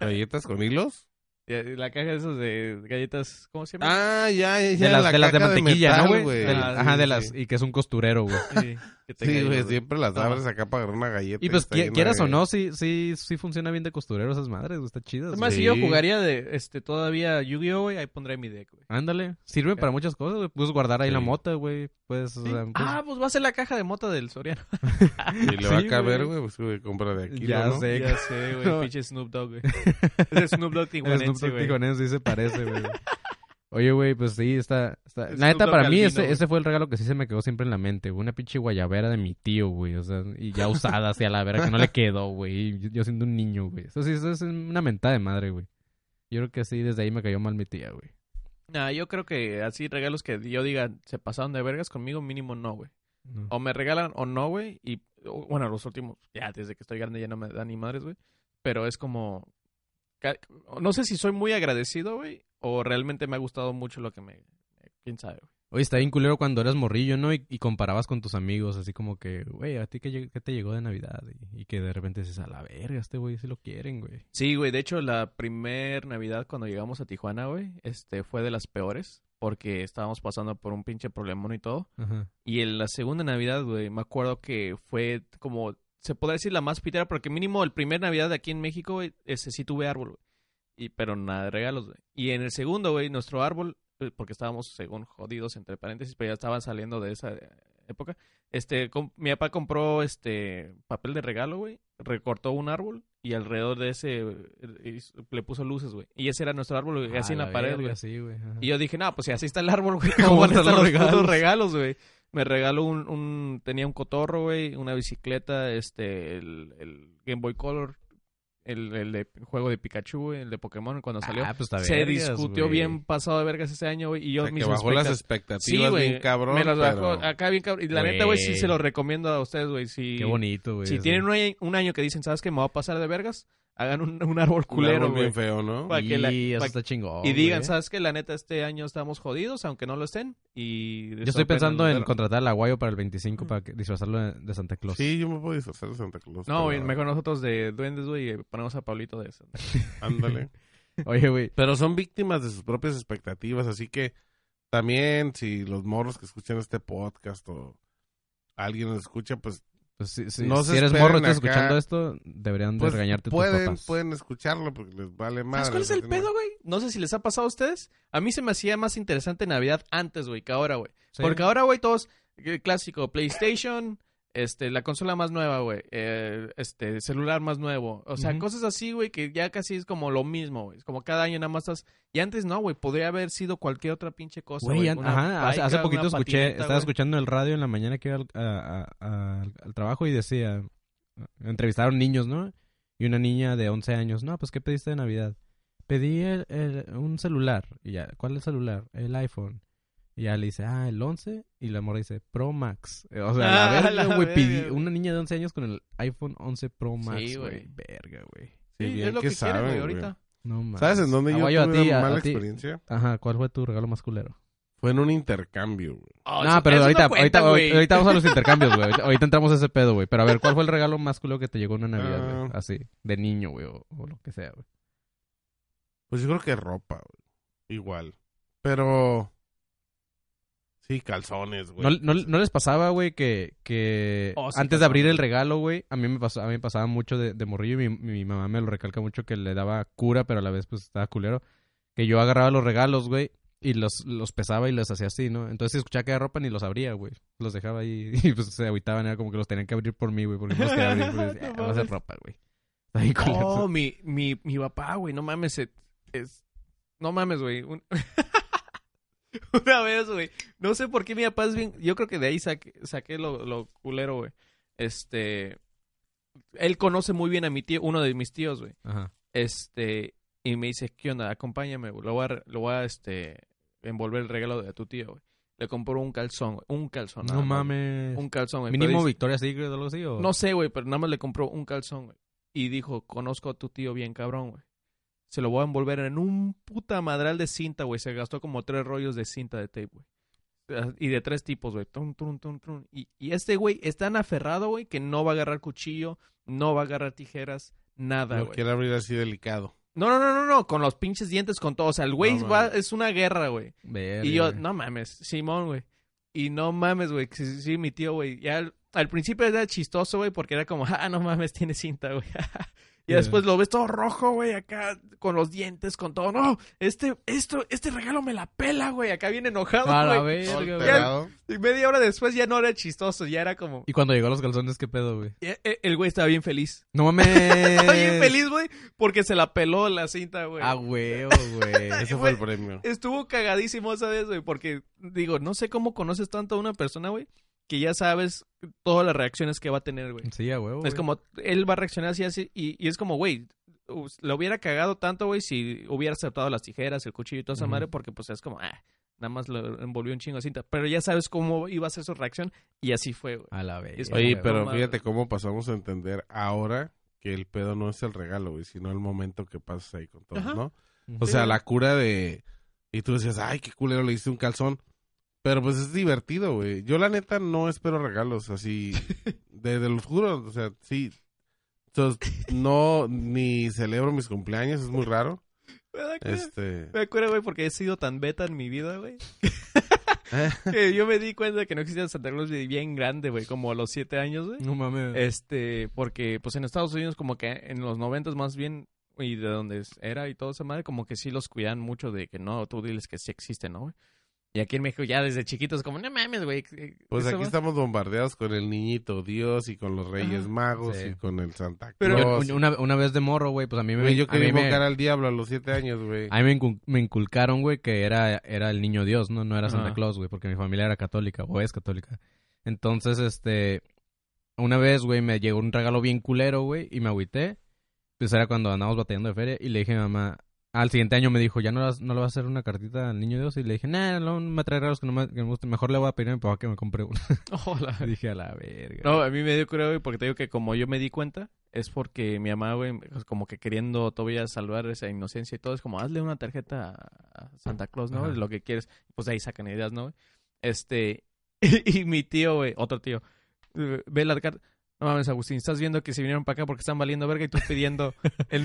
¿Galletas con hilos?
Y La caja de esas de galletas, ¿cómo se llama?
Ah, ya, ya, ya.
de las
la
de, las de
caja
mantequilla,
metal,
¿no, güey? De-
Ah,
ajá,
sí,
de
sí,
las...
sí.
Y que es un costurero, güey.
Sí, que te
Sí,
caiga,
güey,
güey.
siempre las
Ajá.
abres acá para agarrar una galleta.
Y pues
está
qui-
llena
quieras
de-
o no, sí, sí, sí funciona bien de costurero esas madres, güey, está chidas.
Es
güey.
más, si yo
Sí.
jugaría de, este, todavía Yu-Gi-Oh, güey, ahí pondré mi deck, güey.
Ándale, sirve para muchas cosas, güey. Puedes guardar ahí la
Sí.
mota, güey. Puedes, o sea, puedes-
Ah, pues va a ser la caja de mota del Soriano.
Y le va
Sí,
a caber,
güey.
güey, pues, güey, compra de aquí.
Ya
¿no?
sé.
Ya sé, güey,
No.
pinche Snoop Dogg, güey. Ese Snoop Dogg
El Snoop
tijuanense,
Dogg
güey.
tijuanense sí se parece, güey. Oye, güey, pues sí, está... está...
El
La neta,
Snoop
para
Dogg
mí,
albino,
ese,
güey.
ese fue el regalo que sí se me quedó siempre en la mente, güey. Una pinche guayabera de mi tío, güey. O sea, y ya usada, así a la vera, que no le quedó, güey. y Yo, yo siendo un niño, güey. Eso sí, eso es una mentada de madre, güey. Yo creo que sí, desde ahí me cayó mal mi tía, güey.
Nah, yo creo que así regalos que yo diga, se pasaron de vergas conmigo, mínimo no, güey.
No.
O me regalan o no, güey. Y o- bueno, los últimos, ya desde que estoy grande ya no me dan ni madres, güey. Pero es como. ca- No sé si soy muy agradecido, güey. O realmente me ha gustado mucho lo que me. Quién sabe, güey.
Oye, está bien culero cuando eras morrillo, ¿no? Y, y comparabas con tus amigos, así como que, güey, ¿a ti qué, lleg- qué te llegó de Navidad? Y, y que de repente dices, a la verga, este güey sí lo quieren, güey.
Sí, güey. De hecho, la primer Navidad cuando llegamos a Tijuana, güey, este, fue de las peores. Porque estábamos pasando por un pinche problemón y todo.
Ajá.
Y en la segunda Navidad, güey, me acuerdo que fue como, se podría decir la más pitera, porque mínimo el primer Navidad de aquí en México, güey, ese sí tuve árbol, güey. Y, pero nada de regalos, güey. Y en el segundo, güey, nuestro árbol, eh, porque estábamos, según jodidos, entre paréntesis, pero ya estaban saliendo de esa eh, época, este, com- mi papá compró, este, papel de regalo, güey, recortó un árbol y alrededor de ese eh, hizo- le puso luces, güey. Y ese era nuestro árbol, güey, así
A
en la, pared,
verga,
güey.
sí, güey. ajá.
Y yo dije, no, pues si así está el árbol, güey,
¿Cómo
¿cómo van a
están
estar
los
los regalos?
regalos?
regalos, güey? Me regaló un, un... Tenía un cotorro, güey, una bicicleta, este, el, el Game Boy Color, el, el de juego de Pikachu, güey, el de Pokémon cuando salió.
Ah, pues está
Se
vergas,
discutió
güey.
bien pasado de vergas ese año, güey, y yo
O sea,
mis
que bajó las
expectas-
expectativas
Sí, güey,
bien cabrón.
me las bajó
pero-
acá bien cabrón. Y la neta, güey, sí
Güey.
se lo recomiendo a ustedes, güey. Si,
Qué bonito, güey.
si
sí.
tienen un año, un año que dicen, ¿sabes qué? Me va a pasar de vergas, hagan un, un árbol
Un
culero,
árbol
güey.
bien feo, ¿no?
Pues,
pa' que la-
Y eso
pa'
está chingón,
Y digan,
güey.
¿sabes qué? La neta, este año estamos jodidos, aunque no lo estén. Y
Yo estoy pensando en
sorprendan.
contratar al aguayo para el 25 para que- disfrazarlo de, de Santa Claus.
Sí, yo me puedo disfrazar de Santa Claus.
No,
pero-
güey, mejor nosotros de Duendes, güey, y ponemos a Pablito de eso.
Ándale.
Oye, güey.
Pero son víctimas de sus propias expectativas, así que también si los morros que escuchan este podcast o alguien lo escucha, pues,
Pues, si, si-
No se
si eres
esperen
morro y estás
acá.
escuchando esto, deberían de
pues
regañarte tus
pueden,
papás.
pueden escucharlo porque les vale más.
¿Sabes Pues, cuál es el pedo, güey? No sé si les ha pasado a ustedes. A mí se me hacía más interesante Navidad antes, güey, que ahora, güey.
Sí.
Porque ahora, güey, todos, eh, clásico, PlayStation, este, la consola más nueva, güey, eh, este, celular más nuevo. O sea,
Ujú.
cosas así, güey, que ya casi es como lo mismo, güey. Es como cada año nada más estás... Y antes no, güey, podría haber sido cualquier otra pinche cosa,
Güey,
güey.
an-
Una
ajá, hace,
baica,
hace
una
poquito escuché,
patineta,
estaba
güey.
escuchando el radio en la mañana que iba al, a- a- al- al trabajo y decía, entrevistaron niños, ¿no? Y una niña de 11 años, no, pues ¿qué pediste de Navidad? Pedí el- el- un celular, y ya, ¿cuál es el celular? El iPhone. Y ya le dice, ah, el 11, y la morra dice, Pro Max. Eh, O sea,
Ah,
la verga,
la
güey, pedí-
verga.
una niña de 11 años con el iPhone 11 Pro Max,
Sí,
güey.
güey.
Verga, güey.
Sí, es lo que, quieren,
saben,
güey,
güey.
ahorita.
No mames.
¿Sabes en dónde yo
Aguayo, Ah, a ti,
tuve
a-
una
a
mala
ti.
experiencia?
Ajá, ¿cuál fue tu regalo más culero?
Fue en un intercambio, güey.
Ah,
No,
eso-
pero
eso
ahorita,
cuenta,
ahorita,
güey.
ahorita vamos a los intercambios, güey. Ahorita, ahorita entramos a ese pedo, güey. Pero a ver, ¿cuál fue el regalo más culo que te llegó en una Navidad, güey?
Ah.
Así, de niño, güey, o, o lo que sea, güey.
Pues yo creo que ropa, güey. Igual. Pero... Sí, calzones, güey.
¿No, no, no les pasaba, güey, que, que
Oh, sí,
antes
pasaba.
de abrir el regalo, güey, a mí me pasó, a mí me pasaba mucho de, de morrillo y mi, mi mamá me lo recalca mucho que le daba cura, pero a la vez pues estaba culero, que yo agarraba los regalos, güey, y los, los pesaba y los hacía así, ¿no? Entonces si escuchaba que era ropa ni los abría, güey. Los dejaba ahí y pues se agüitaban, era como que los tenían que abrir por mí, güey, porque no los quería abrir. porque decía,
No
"Ah, va a ser
mames.
ropa, güey. Está bien culero.
Oh, mi, mi, mi papá, güey, no mames. se- es- no mames, güey. un- Una vez, güey. No sé por qué mi papá es bien. Yo creo que de ahí saqué, saqué lo, lo culero, güey. Este. Él conoce muy bien a mi tío, uno de mis tíos, güey.
Ajá.
Este. Y me dice, ¿qué onda? Acompáñame, güey. Lo voy a, re- lo voy a, este, envolver el regalo de tu tío, güey. Le compró un calzón, güey. Un calzón.
No
nada más, güey.
mames.
Un calzón, güey. Pero
Mínimo
dice-
Victoria Secret o algo así, o...
no sé, güey, pero nada más le compró un calzón, güey. Y dijo, conozco a tu tío bien cabrón, güey. Se lo voy a envolver en un puta madral de cinta, güey. Se gastó como tres rollos de cinta de tape, güey. Ah, Y de tres tipos, güey. Tun, tun, tun, tun. Y, y este güey es tan aferrado, güey, que no va a agarrar cuchillo, no va a agarrar tijeras, nada,
Lo
güey.
quiero abrir así delicado.
No, no, no, no, no, con los pinches dientes, con todo. O sea, el güey
No
va-
mames.
es una guerra, güey.
Verga,
Y yo,
güey.
no mames, Simón, güey. Y no mames, güey. que Sí, sí, mi tío, güey. Ya al, al principio era chistoso, güey, porque era como, ah, no mames, tiene cinta, güey. y
Ya.
después lo ves todo rojo, güey, acá, con los dientes, con todo. No, este, esto, este regalo me la pela, güey. Acá
A
bien
la
enojado, güey.
verga, güey.
Alterado.
Y media hora después ya no era chistoso, ya era como.
Y cuando llegó a los calzones, ¿qué pedo, güey?
e- e- El güey estaba bien feliz.
No mames.
Estaba bien feliz, güey, porque se la peló la cinta, güey.
A huevo, güey.
Ese fue el premio.
Estuvo cagadísimo esa vez, güey, porque digo, no sé cómo conoces tanto a una persona, güey, que ya sabes todas las reacciones que va a tener, güey.
Sí, a huevo.
Es
güey.
como, él va a reaccionar así, así, y, y es como, güey, us- lo hubiera cagado tanto, güey, si hubiera aceptado las tijeras, el cuchillo y toda esa
Ujú.
madre, porque pues es como, ah, nada más lo envolvió un chingo de cinta. Pero ya sabes cómo iba a ser su reacción, y así fue, güey.
A la verga.
Es como-
Oye,
No
pero
mames.
fíjate cómo pasamos a entender ahora que el pedo no es el regalo, güey, sino el momento que pasas ahí con todos,
Ajá.
¿no?
Ujú.
"Oh,
O sea, la cura de... Y tú decías, ay, qué culero, le hice un calzón. Pero pues es divertido, güey. Yo la neta no espero regalos así. Desde los juro, o sea, sí. Entonces, no, ni celebro mis cumpleaños, es muy raro.
Me da cura-
Este...
Me acuerdo, güey, porque he sido tan beta en mi vida, güey.
Eh.
que yo me di cuenta de que no existía Santa Claus bien grande, güey, como a los siete años, güey.
No mames.
Este, porque pues en Estados Unidos como que en los noventas más bien y de donde es- era y toda esa madre como que sí los cuidan mucho de que no, tú diles que sí existe, ¿no? güey? Y aquí en México ya desde chiquitos como, no mames, güey. eh,
Pues
esa
aquí
va-".
estamos bombardeados con el niñito Dios y con los Reyes
Ajá.
Magos
Sí.
y con el Santa
Pero-
Claus.
Yo- una, una vez de morro, güey, pues a mí me.
Güey, yo
a
quería
mí me-
invocar al diablo a los siete años, güey.
A mí me, incul- me inculcaron, güey, que era, era el niño Dios, ¿no? No era Santa
Ajá.
Claus, güey, porque mi familia era católica o es católica. Entonces, este, una vez, güey, me llegó un regalo bien culero, güey, y me agüité. Pues era cuando andábamos batallando de feria y le dije a mi mamá, al siguiente año me dijo, ¿ya no, las- no le vas a hacer una cartita al niño Dios? Y le dije, nah, no me trae regalos que no me, que me gusten. Mejor le voy a pedir a mi papá que me compre uno.
Hola.
dije, a la verga.
No, a mí me dio curiosidad, güey, porque te digo que como yo me di cuenta, es porque mi mamá, güey, pues, como que queriendo todavía salvar esa inocencia y todo, es como, hazle una tarjeta a a Santa Claus, ¿no?
Ajá.
Lo que quieres. Pues de ahí sacan ideas, ¿no? güey? Este, y, mi tío, güey, otro tío, eh, ve la carta. No mames, Agustín, estás viendo que se vinieron para acá porque están valiendo verga y tú pidiendo el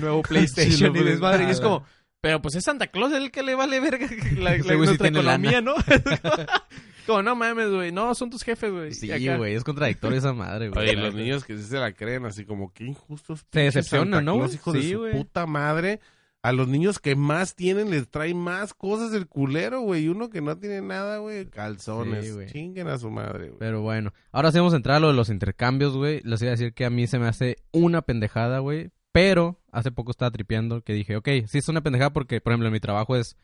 nuevo
Sí, lo
PlayStation y
pides.
desmadre. Y es
Ah,
como, pero pues es Santa Claus el que le vale verga la,
Ese güey sí
la- nuestra
tiene lana.
economía, ¿no? como, no mames, güey, no, son tus jefes, güey. Y
Sí,
acá-
güey, es contradictorio esa madre, güey.
Oye,
La
los
neta.
niños que sí se la creen, así como que injustos.
Se decepcionan, ¿no, güey?
Los hijos
Sí,
de su
güey.
puta madre. A los niños que más tienen les trae más cosas el culero, güey. Y uno que no tiene nada, güey, calzones.
Sí, güey.
Chinguen a su madre, güey.
Pero bueno, ahora sí vamos a entrar a lo de los intercambios, güey. Les iba a decir que a mí se me hace una pendejada, güey. Pero hace poco estaba tripeando que dije, ok, sí es una pendejada porque, por ejemplo, en mi trabajo es...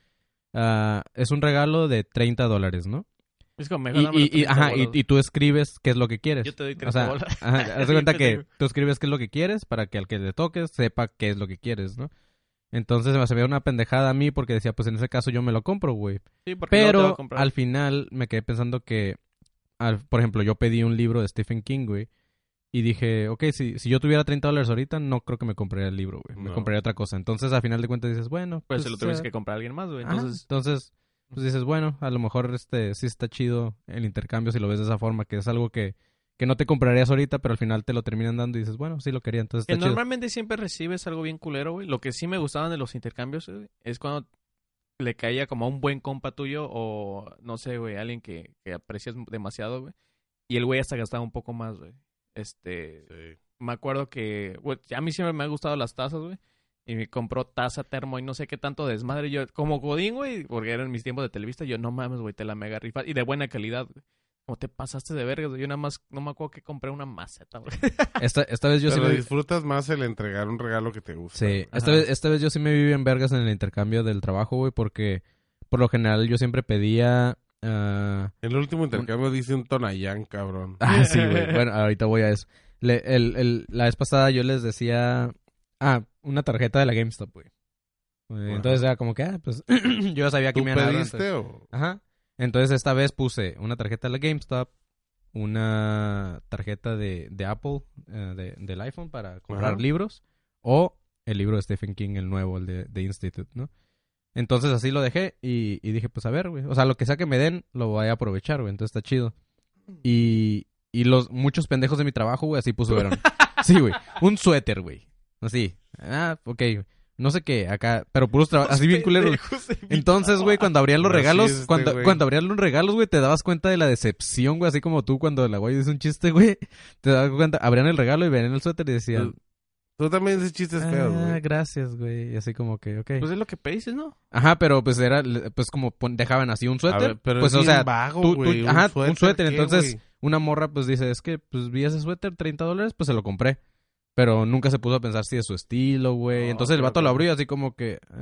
ah, es un regalo de 30 dólares, ¿no?
Es como
Y,
mejor dame
y-
los
y-
30
ajá, y,
bolas.
y tú escribes qué es lo que quieres.
Yo te doy
O
30
sea,
bolas.
ajá, haz de cuenta que tú escribes qué es lo que quieres para que al que le toques sepa qué es lo que quieres, ¿no? Entonces se me veía una pendejada a mí porque decía, pues en ese caso yo me lo compro, güey.
Sí, porque luego te va a
Pero
comprar.
al final me quedé pensando que, al- por ejemplo, yo pedí un libro de Stephen King, güey. Y dije, ok, si, si yo tuviera 30 dólares ahorita, no creo que me compraría el libro, güey. Me
No.
compraría otra cosa. Entonces, al final de cuentas, dices, bueno.
Pues se lo
eh,
tuviste que comprar a alguien más, güey.
ajá.
Entonces,
Entonces, pues dices, bueno, a lo mejor este sí está chido el intercambio si lo ves de esa forma, que es algo que, que no te comprarías ahorita, pero al final te lo terminan dando y dices, bueno, sí lo quería, entonces
que
está chido.
normalmente siempre recibes algo bien culero, güey. Lo que sí me gustaban de los intercambios güey, es cuando le caía como a un buen compa tuyo o, no sé, güey, alguien que, que aprecias demasiado, güey. Y el güey hasta gastaba un poco más, güey. Este,
Sí.
me acuerdo que, güey, a mí siempre me han gustado las tazas, güey. Y me compró taza, termo y no sé qué tanto desmadre. Yo, como Godín, güey, porque eran mis tiempos de televista, yo, no mames, güey, te la mega rifas. Y de buena calidad, güey. Como te pasaste de vergas, güey. Yo nada más, no me acuerdo que compré una maceta, güey.
Esta, esta vez yo sí
Pero
me-
disfrutas más el entregar un regalo que te gusta.
Sí, esta
Ajá.
vez, esta vez yo sí me viví en vergas en el intercambio del trabajo, güey, porque por lo general yo siempre pedía... ah,
El último intercambio dice un tonayán, cabrón.
Ah, sí, güey. Bueno, ahorita voy a eso. Le- el- el- la vez pasada yo les decía... Ah, una tarjeta de la GameStop, güey. Eh, Entonces era como que, ah, pues yo ya sabía que
¿Tú
me iban a dar
pediste
antes.
o...?
Ajá. Entonces esta vez puse una tarjeta de la GameStop, una tarjeta de, de Apple, eh, de- del iPhone para comprar
Ajá.
libros, o el libro de Stephen King, el nuevo, el de, de Institute, ¿no? Entonces así lo dejé y, y dije, pues a ver, güey. O sea, lo que sea que me den, lo voy a aprovechar, güey. Entonces está chido. Y, y los muchos pendejos pues de mi trabajo, güey, así pusieron. sí, güey. Un suéter, güey. Así. Ah, ok. no sé qué, acá, pero puros trabajos, así bien culeros.
Pendejos de mi
Entonces, güey, cuando abrían los
Así es
regalos,
este
cuando,
güey.
cuando abrían los regalos, güey, te dabas cuenta de la decepción, güey, así como tú cuando la güey dice un chiste, güey, te dabas cuenta, abrían el regalo y venían el suéter y decían,
Tú también dices chistes feos,
ah,
Pues, güey.
gracias, güey, y así como que, ok.
Pues es lo que pediste, ¿no?
Ajá, pero pues era, pues como pon- dejaban así un
A
suéter,
ver, pero
pues
es
o
bien
sea,
vago,
tú- tú-
güey,
ajá, un suéter,
¿qué,
entonces,
güey?
una morra pues dice, es que pues vi ese suéter, 30 dólares, pues se lo compré. Pero nunca se puso a pensar si es su estilo, güey.
No,
Entonces el
pero
vato lo
bueno.
abrió así como que... ah,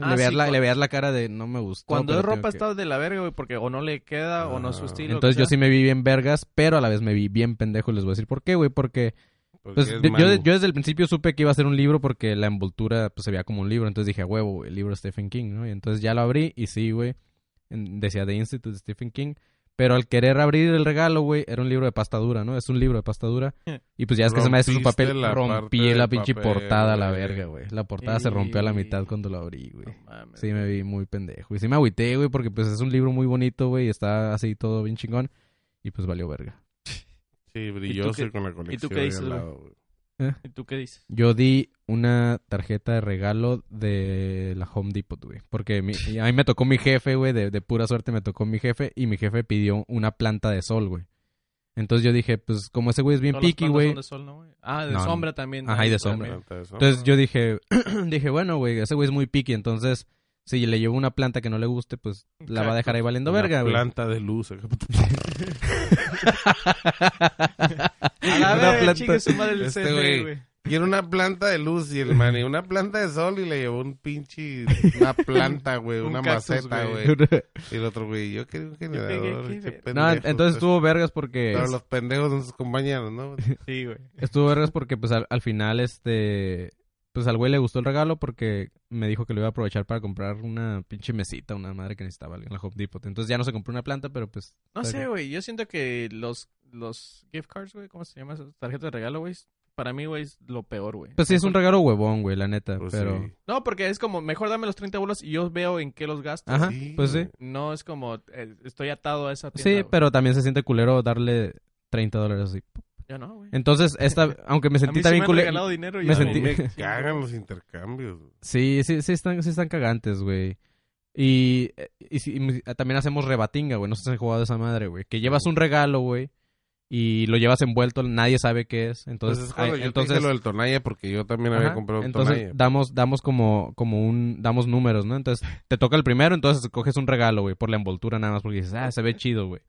Ah,
le, veas
sí,
la,
cu-
le veas la cara de no me gustó.
Cuando
pero
es
tengo
ropa
que-".
está de la verga, güey, porque o no le queda o no es su
Ah.
estilo.
Entonces
o
yo
sea.
sí me vi bien vergas, pero a la vez me vi bien pendejo y les voy a decir por qué, güey. Porque
Porque
pues,
es
de- yo,
Manu.
yo desde el principio supe que iba a ser un libro porque la envoltura pues, se veía como un libro. Entonces dije, "A huevo, güey, el libro de Stephen King, ¿no? Y entonces ya lo abrí y sí, güey. en- Decía The Institute de Stephen King. Pero al querer abrir el regalo, güey, era un libro de pasta dura, ¿no? Es un libro de pasta dura. Y pues ya es que se me hace su
Rompiste
papel.
la
rompí
parte
la
del
pinche
papel,
portada a la
güey.
verga, güey. La portada se rompió a la mitad cuando lo abrí, güey.
No mames.
Sí, me vi muy pendejo. Y sí me agüité, güey, porque pues es un libro muy bonito, güey, y está así todo bien chingón. Y pues valió verga.
Sí, brilloso
qué-
con la colección.
qué
ahí
dices,
al
güey?
lado, güey.
¿Y tú qué dices?
Yo di una tarjeta de regalo de la Home Depot, güey. Porque mi- y a mí me tocó mi jefe, güey, de, de pura suerte me tocó mi jefe. Y mi jefe pidió una planta de sol, güey. Entonces yo dije, pues como ese güey es bien
Todas las
picky,
plantas
güey.
son de sol, ¿no, güey? Ah, de
No, no.
sombra también.
Ajá, y de sombra.
también.
Planta de sombra.
Entonces yo dije, dije, bueno, güey, ese güey es muy picky. Entonces, si le llevo una planta que no le guste, pues la va a dejar ahí valiendo
Una
verga, güey.
Planta de luz. acá.
A la
Una
verga,
planta-
chingue su madre el
Este
CD,
güey.
güey.
Quiero una planta de luz y el man, y una planta de sol y le llevó un pinche, una planta, güey,
Un
una
cactus,
maceta,
güey.
güey. Y el otro, güey, yo quiero un generador.
qué
qué
ver-
No,
pendejos,
entonces
pues.
estuvo vergas porque
Pero los pendejos son sus compañeros, ¿no?
Sí, güey.
estuvo vergas porque pues al, al final este pues al güey le gustó el regalo porque me dijo que lo iba a aprovechar para comprar una pinche mesita, una madre que necesitaba en la Home Depot. Entonces ya no se compró una planta, pero pues
No
Está
sé,
bien.
güey. Yo siento que los, los gift cards, güey, ¿cómo se llama? esas Tarjetas de regalo, güey. Para mí, güey, es lo peor, güey.
pues sí es un regalo huevón, güey, la neta,
Pues
pero
sí.
No, porque es como, mejor dame los 30 bolos y yo veo en qué los gasto.
ajá,
Sí,
pues sí.
No es como, eh, estoy atado a esa tienda.
Sí,
güey.
pero también se siente culero darle 30 dólares así.
Yo no, güey.
Entonces, esta aunque me
A mí
sentí
sí me
también
han
culero
regalado dinero y
me
a mí
sentí-
Me
chingo.
cagan los intercambios. güey.
Sí, sí, sí están, sí están cagantes, güey. Y, eh, y, sí, y también hacemos rebatinga, güey. No sé si han jugado esa madre, güey. Que llevas un regalo, güey. Y lo llevas envuelto, nadie sabe qué es.
Entonces,
Entonces,
Pues es cuando
ay,
yo
entonces,
te dije lo del Tonaya porque yo también había
ajá,
comprado un
entonces
Tonaya.
damos, damos como, como un, damos números, ¿no? Entonces, te toca el primero, entonces coges un regalo, güey, por la envoltura nada más, porque dices, ah, se ve chido, güey.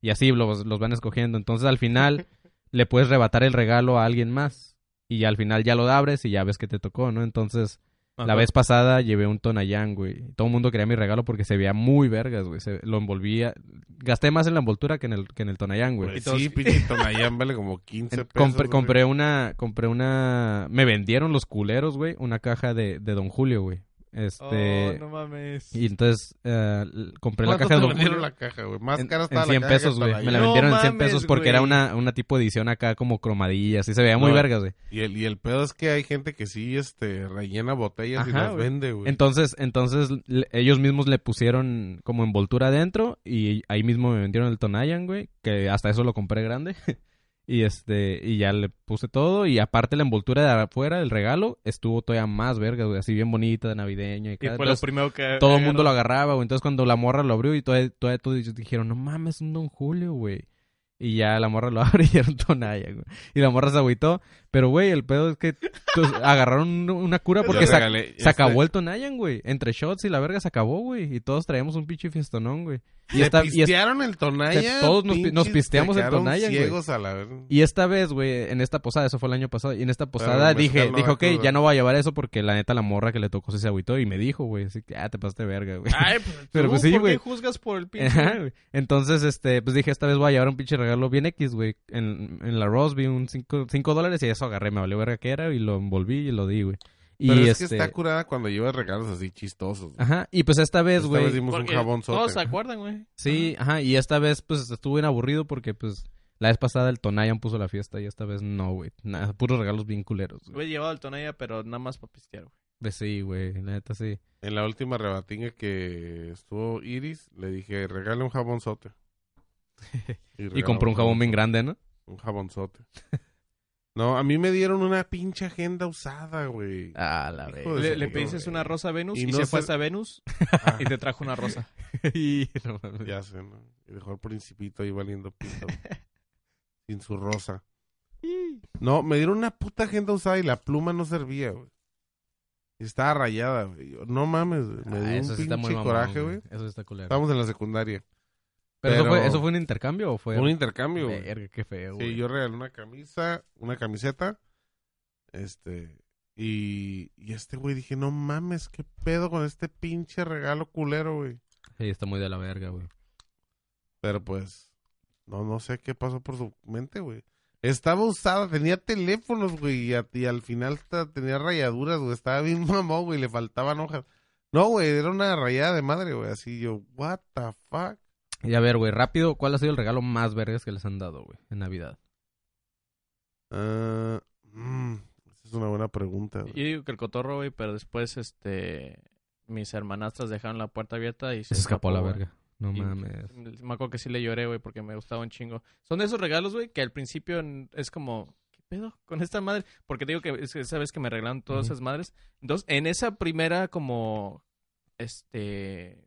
Y así los, los van escogiendo. Entonces, al final, le puedes rebatar el regalo a alguien más. Y al final ya lo abres y ya ves que te tocó, ¿no? Entonces, la vez pasada llevé un Tonayán, güey. Todo el mundo quería mi regalo porque se veía muy vergas, güey. Se, lo envolvía. Gasté más en la envoltura que en el, que en el Tonayán, güey.
Pues
Y todos-
sí, pinche Tonayán vale como 15
En-
pesos.
compré,
güey.
compré una. Compré una. Me vendieron los culeros, güey. Una caja de, de Don Julio, güey. Este.
Oh, no mames.
Y entonces eh, l- compré la
¿Cuánto
caja de
te
Don Julio.
vendieron la caja, güey? Más
En,
cara
en
estaba la
100
caja que
pesos, güey.
Tonayán.
Me la
No
vendieron en 100
mames,
pesos porque
güey.
era una, una tipo de edición acá como cromadilla. Así se veía muy
No,
vergas, güey.
Y el, y el pedo es que hay gente que sí este, rellena botellas y
Ajá,
las
güey.
vende, güey.
Entonces, entonces le- ellos mismos le pusieron como envoltura adentro y ahí mismo me vendieron el Tonayan, güey, que hasta eso lo compré grande. y este y ya le puse todo y aparte la envoltura de afuera, el regalo, estuvo todavía más verga, güey, así bien bonita, navideña y,
Y
cada-
fue lo
entonces,
primero que...
todo el mundo lo agarraba, güey. Entonces cuando la morra lo abrió y todavía, todavía todos ellos dijeron, "No mames, un Don Julio, güey." Y ya la morra lo abre y era un Tonayan, güey. Y la morra se agüitó, pero güey, el pedo es que pues, agarraron una cura
Yo
porque sac-
regalé,
se
este,
acabó el Tonayan, güey. Entre shots y la verga se acabó, güey. Y todos traíamos un pinche fiestonón, güey. Y
se
esta, y, es-
pistearon el Tonaya.
se- todos nos pi-
pinches,
nos pisteamos
se
el
quedaron
Tonayán, güey.
ciegos a la verga.
y esta vez, güey, en esta posada, eso fue el año pasado, y en esta posada
el
dije,
mezcal no
dijo,
da
ok,
cruda".
ya no voy a llevar eso porque la neta la morra que le tocó sí se agüitó y me dijo, güey, así que, ah, te pasaste verga, güey.
Ay, pues,
Pero
tú,
pues sí,
¿por
güey.
qué juzgas por el
Ajá,
pinche?
güey. Entonces, este, pues dije, esta vez voy a llevar un pinche regalo bien X, güey. En, en la Rosby, un 5 dólares y eso agarré, me valió verga que era y lo envolví y lo di, güey. Y
Pero es que
este,
está curada cuando llevas regalos así chistosos. güey.
Ajá, y pues esta vez,
Esta
güey.
vez dimos un
Porque
jabón
Todos se acuerdan, güey.
Sí, ajá, y esta vez pues estuvo bien aburrido porque pues la vez pasada el Tonayan puso la fiesta y esta vez no, güey. Nada, puros regalos bien culeros, güey.
Güey, llevado al Tonaya, pero nada más para pistear, güey.
Pues, sí, güey, la neta sí.
En la última rebatinga que estuvo Iris, le dije, regale un jabón sote.
Y compró un jabón bien grande, ¿no?
Un jabonzote. No, a mí me dieron una pinche agenda usada, güey.
Ah, la verga,
Hijo
Le, le
seguro,
güey.
pediste una rosa a Venus
Y
y,
no
se
se-
fue hasta Venus
Ah,
y te trajo una rosa.
Y- no mames.
ya sé, ¿no? Y dejó al principito ahí valiendo pito. sin su rosa. No, me dieron una puta agenda usada y la pluma no servía, güey. Y Estaba rayada, güey. Yo, No mames, güey. Me
Ah,
dio
eso
un
sí está muy
pinche
mamón,
coraje, güey.
Eso sí está culero.
Estábamos en la secundaria.
Pero, eso,
pero-
fue, ¿eso fue un intercambio o fue
Un intercambio, güey.
Verga, qué feo, güey.
Sí, yo regalé una camisa, una camiseta. Este. Y, y este güey dije, no mames, qué pedo con este pinche regalo culero, güey.
Sí, está muy de la verga, güey.
Pero pues, no, no sé qué pasó por su mente, güey. Estaba usada, tenía teléfonos, güey, y, a- y al final ta- tenía rayaduras, güey. Estaba bien mamón, güey, le faltaban hojas. No, güey, era una rayada de madre, güey. Así yo, what the fuck.
Y a ver, güey, rápido, ¿cuál ha sido el regalo más vergas que les han dado, güey, en Navidad?
Ah, mm, esa es una buena pregunta,
Yo
güey.
digo que el cotorro, güey, pero después, este... Mis hermanastras dejaron la puerta abierta y
Se escapó la
güey.
verga. No
Y-
mames.
Me acuerdo que sí le lloré, güey, porque me gustaba un chingo. Son de esos regalos, güey, que al principio n- es como, ¿qué pedo con esta madre? Porque te digo que es que esa vez que me regalaron todas
Ujú.
esas madres. Entonces, en esa primera como, este,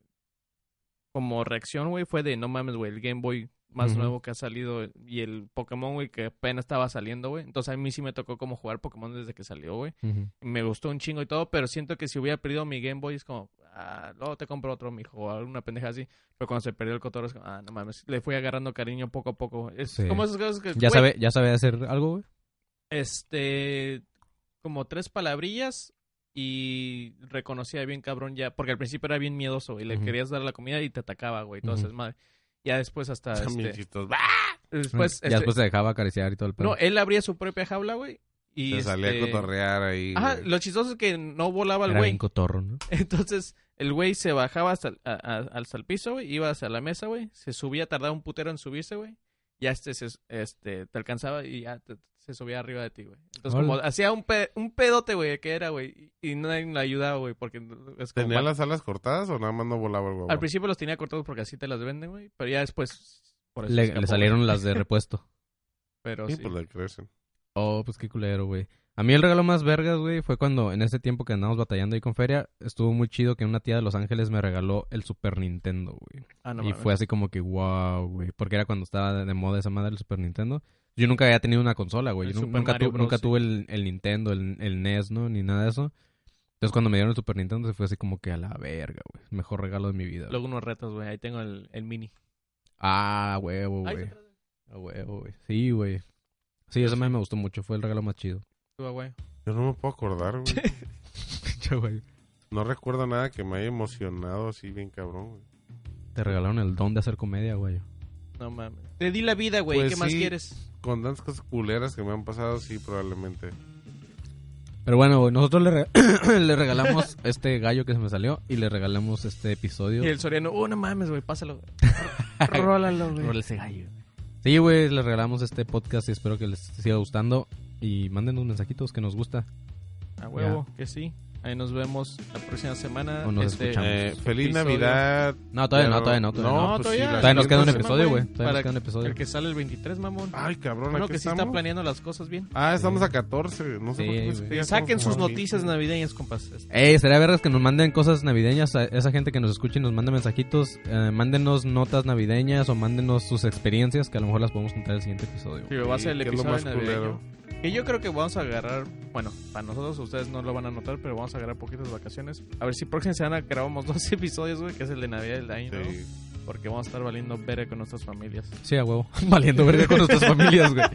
como reacción, güey, fue de, no mames, güey, el Game Boy más
Ujú.
nuevo que ha salido y el Pokémon, güey, que apenas estaba saliendo, güey. Entonces, a mí sí me tocó como jugar Pokémon desde que salió, güey.
Ujú.
Me gustó un chingo y todo, pero siento que si hubiera perdido mi Game Boy es como, ah, luego te compro otro, mijo, o alguna pendeja así. Pero cuando se perdió el cotorro es como, ah, no mames, le fui agarrando cariño poco a poco. Es
Sí.
como esas cosas que...
¿Ya
güey,
sabe, ¿Ya sabe hacer algo, güey?
Este, como tres palabrillas y reconocía bien cabrón ya, porque al principio era bien miedoso y le
Ujú.
querías dar la comida y te atacaba, güey, todas
Ujú.
esas madres. Ya después hasta...
Están bien ¡Ah!
este,
chistosos.
después,
ya
este,
después se dejaba acariciar y todo el pedo.
No, él abría su propia jaula, güey. Y
Se salía a
este,
cotorrear ahí.
Ajá,
güey.
lo chistoso es que no volaba el
Era
güey.
bien cotorro, ¿no?
Entonces, el güey se bajaba hasta el, a- a- hasta el piso, güey, iba hacia la mesa, güey, se subía, tardaba un putero en subirse, güey. Ya este, se- este, te alcanzaba y ya te- se subía arriba de ti, güey. Entonces,
Hola.
como hacía un, pe- un pedote, güey, que era, güey, y y nadie le ayudaba, güey, porque es como...
¿Tenía las alas cortadas o nada más no volaba el huevo?
Al principio los tenía cortados porque así te las venden, güey, pero ya después... Por eso
Le,
Pues, se escapó,
le salieron
güey.
las de repuesto.
Pero
Sí,
sí.
pues le crecen.
Oh, pues qué culero, güey. A mí el regalo más vergas, güey, fue cuando en ese tiempo que andábamos batallando ahí con Feria, estuvo muy chido que una tía de Los Ángeles me regaló el Super Nintendo, güey.
Ah, no
y
mames.
fue así como que, wow, güey. Porque era cuando estaba de- de moda esa madre del Super Nintendo. Yo nunca había tenido una consola, güey.
El
Yo nu-
Super
nunca,
Mario
tu-
Bros,
nunca
sí.
tuve el, el Nintendo, el, el NES, ¿no? Ni nada de eso. Entonces cuando me dieron el Super Nintendo se fue así como que a la verga, güey. Mejor regalo de mi vida. güey.
Luego unos retos, güey, ahí tengo el, el mini.
Ah, huevo,
Ahí
güey.
está atrás,
Ah, huevo, güey. Sí, güey. Sí, esa madre me gustó mucho. Fue el regalo más chido.
tú, güey.
Yo no me puedo acordar, güey.
Ya, güey.
No recuerdo nada que me haya emocionado así bien cabrón, güey.
Te regalaron el don de hacer comedia, güey.
No mames. Te di la vida, güey,
Pues
¿qué más
sí.
quieres?
Con tantas cosas culeras que me han pasado, sí, probablemente.
Pero bueno, güey, nosotros le, re- le regalamos este gallo que se me salió y le regalamos este episodio.
Y el Soriano, oh, no mames, güey, pásalo. Rólalo, güey.
Rola ese gallo. Sí, güey, les regalamos este podcast y espero que les siga gustando. Y mándenos mensajitos que nos gusta.
A huevo, que sí. Ahí nos vemos la próxima semana. Este,
O nos escuchamos.
Eh, feliz
Episodio.
Navidad.
No, todavía
Ya
no, todavía no, todavía no.
No, todavía.
la
Todavía nos queda un
siguiente
episodio, güey.
güey,
Todavía nos
para
queda un episodio.
El que sale el 23, mamón.
semana- Ay, cabrón,
Uno
aquí
que sí está
estamos.
planeando las cosas bien.
Ah, estamos a 14, güey. No sé
Sí,
por qué.
güey.
ya
Saquen
estamos
sus
como
noticias navideñas, compas. Este,
Ey, sería vergas que nos manden cosas navideñas a esa gente que nos escuche y nos manda mensajitos. Eh, mándenos notas navideñas o mándenos sus experiencias que a lo mejor las podemos contar en el siguiente episodio.
Sí, va a ser el
Sí, que es lo
episodio
más
navideño.
culero.
Que yo creo que vamos a agarrar, bueno, para nosotros ustedes no lo van a notar, pero vamos a agarrar poquitas vacaciones. A ver si próxima semana grabamos dos episodios, güey, que es el de Navidad y el de Año Nuevo,
Sí.
Porque vamos a estar valiendo pere con nuestras familias.
Sí, a huevo. Valiendo verga con nuestras familias, güey.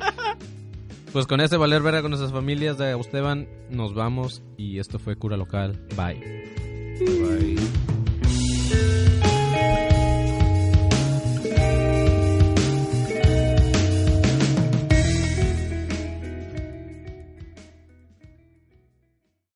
Pues con ese valer verga con nuestras familias de Esteban, nos vamos. Y esto fue Cura Local. Bye.
Bye.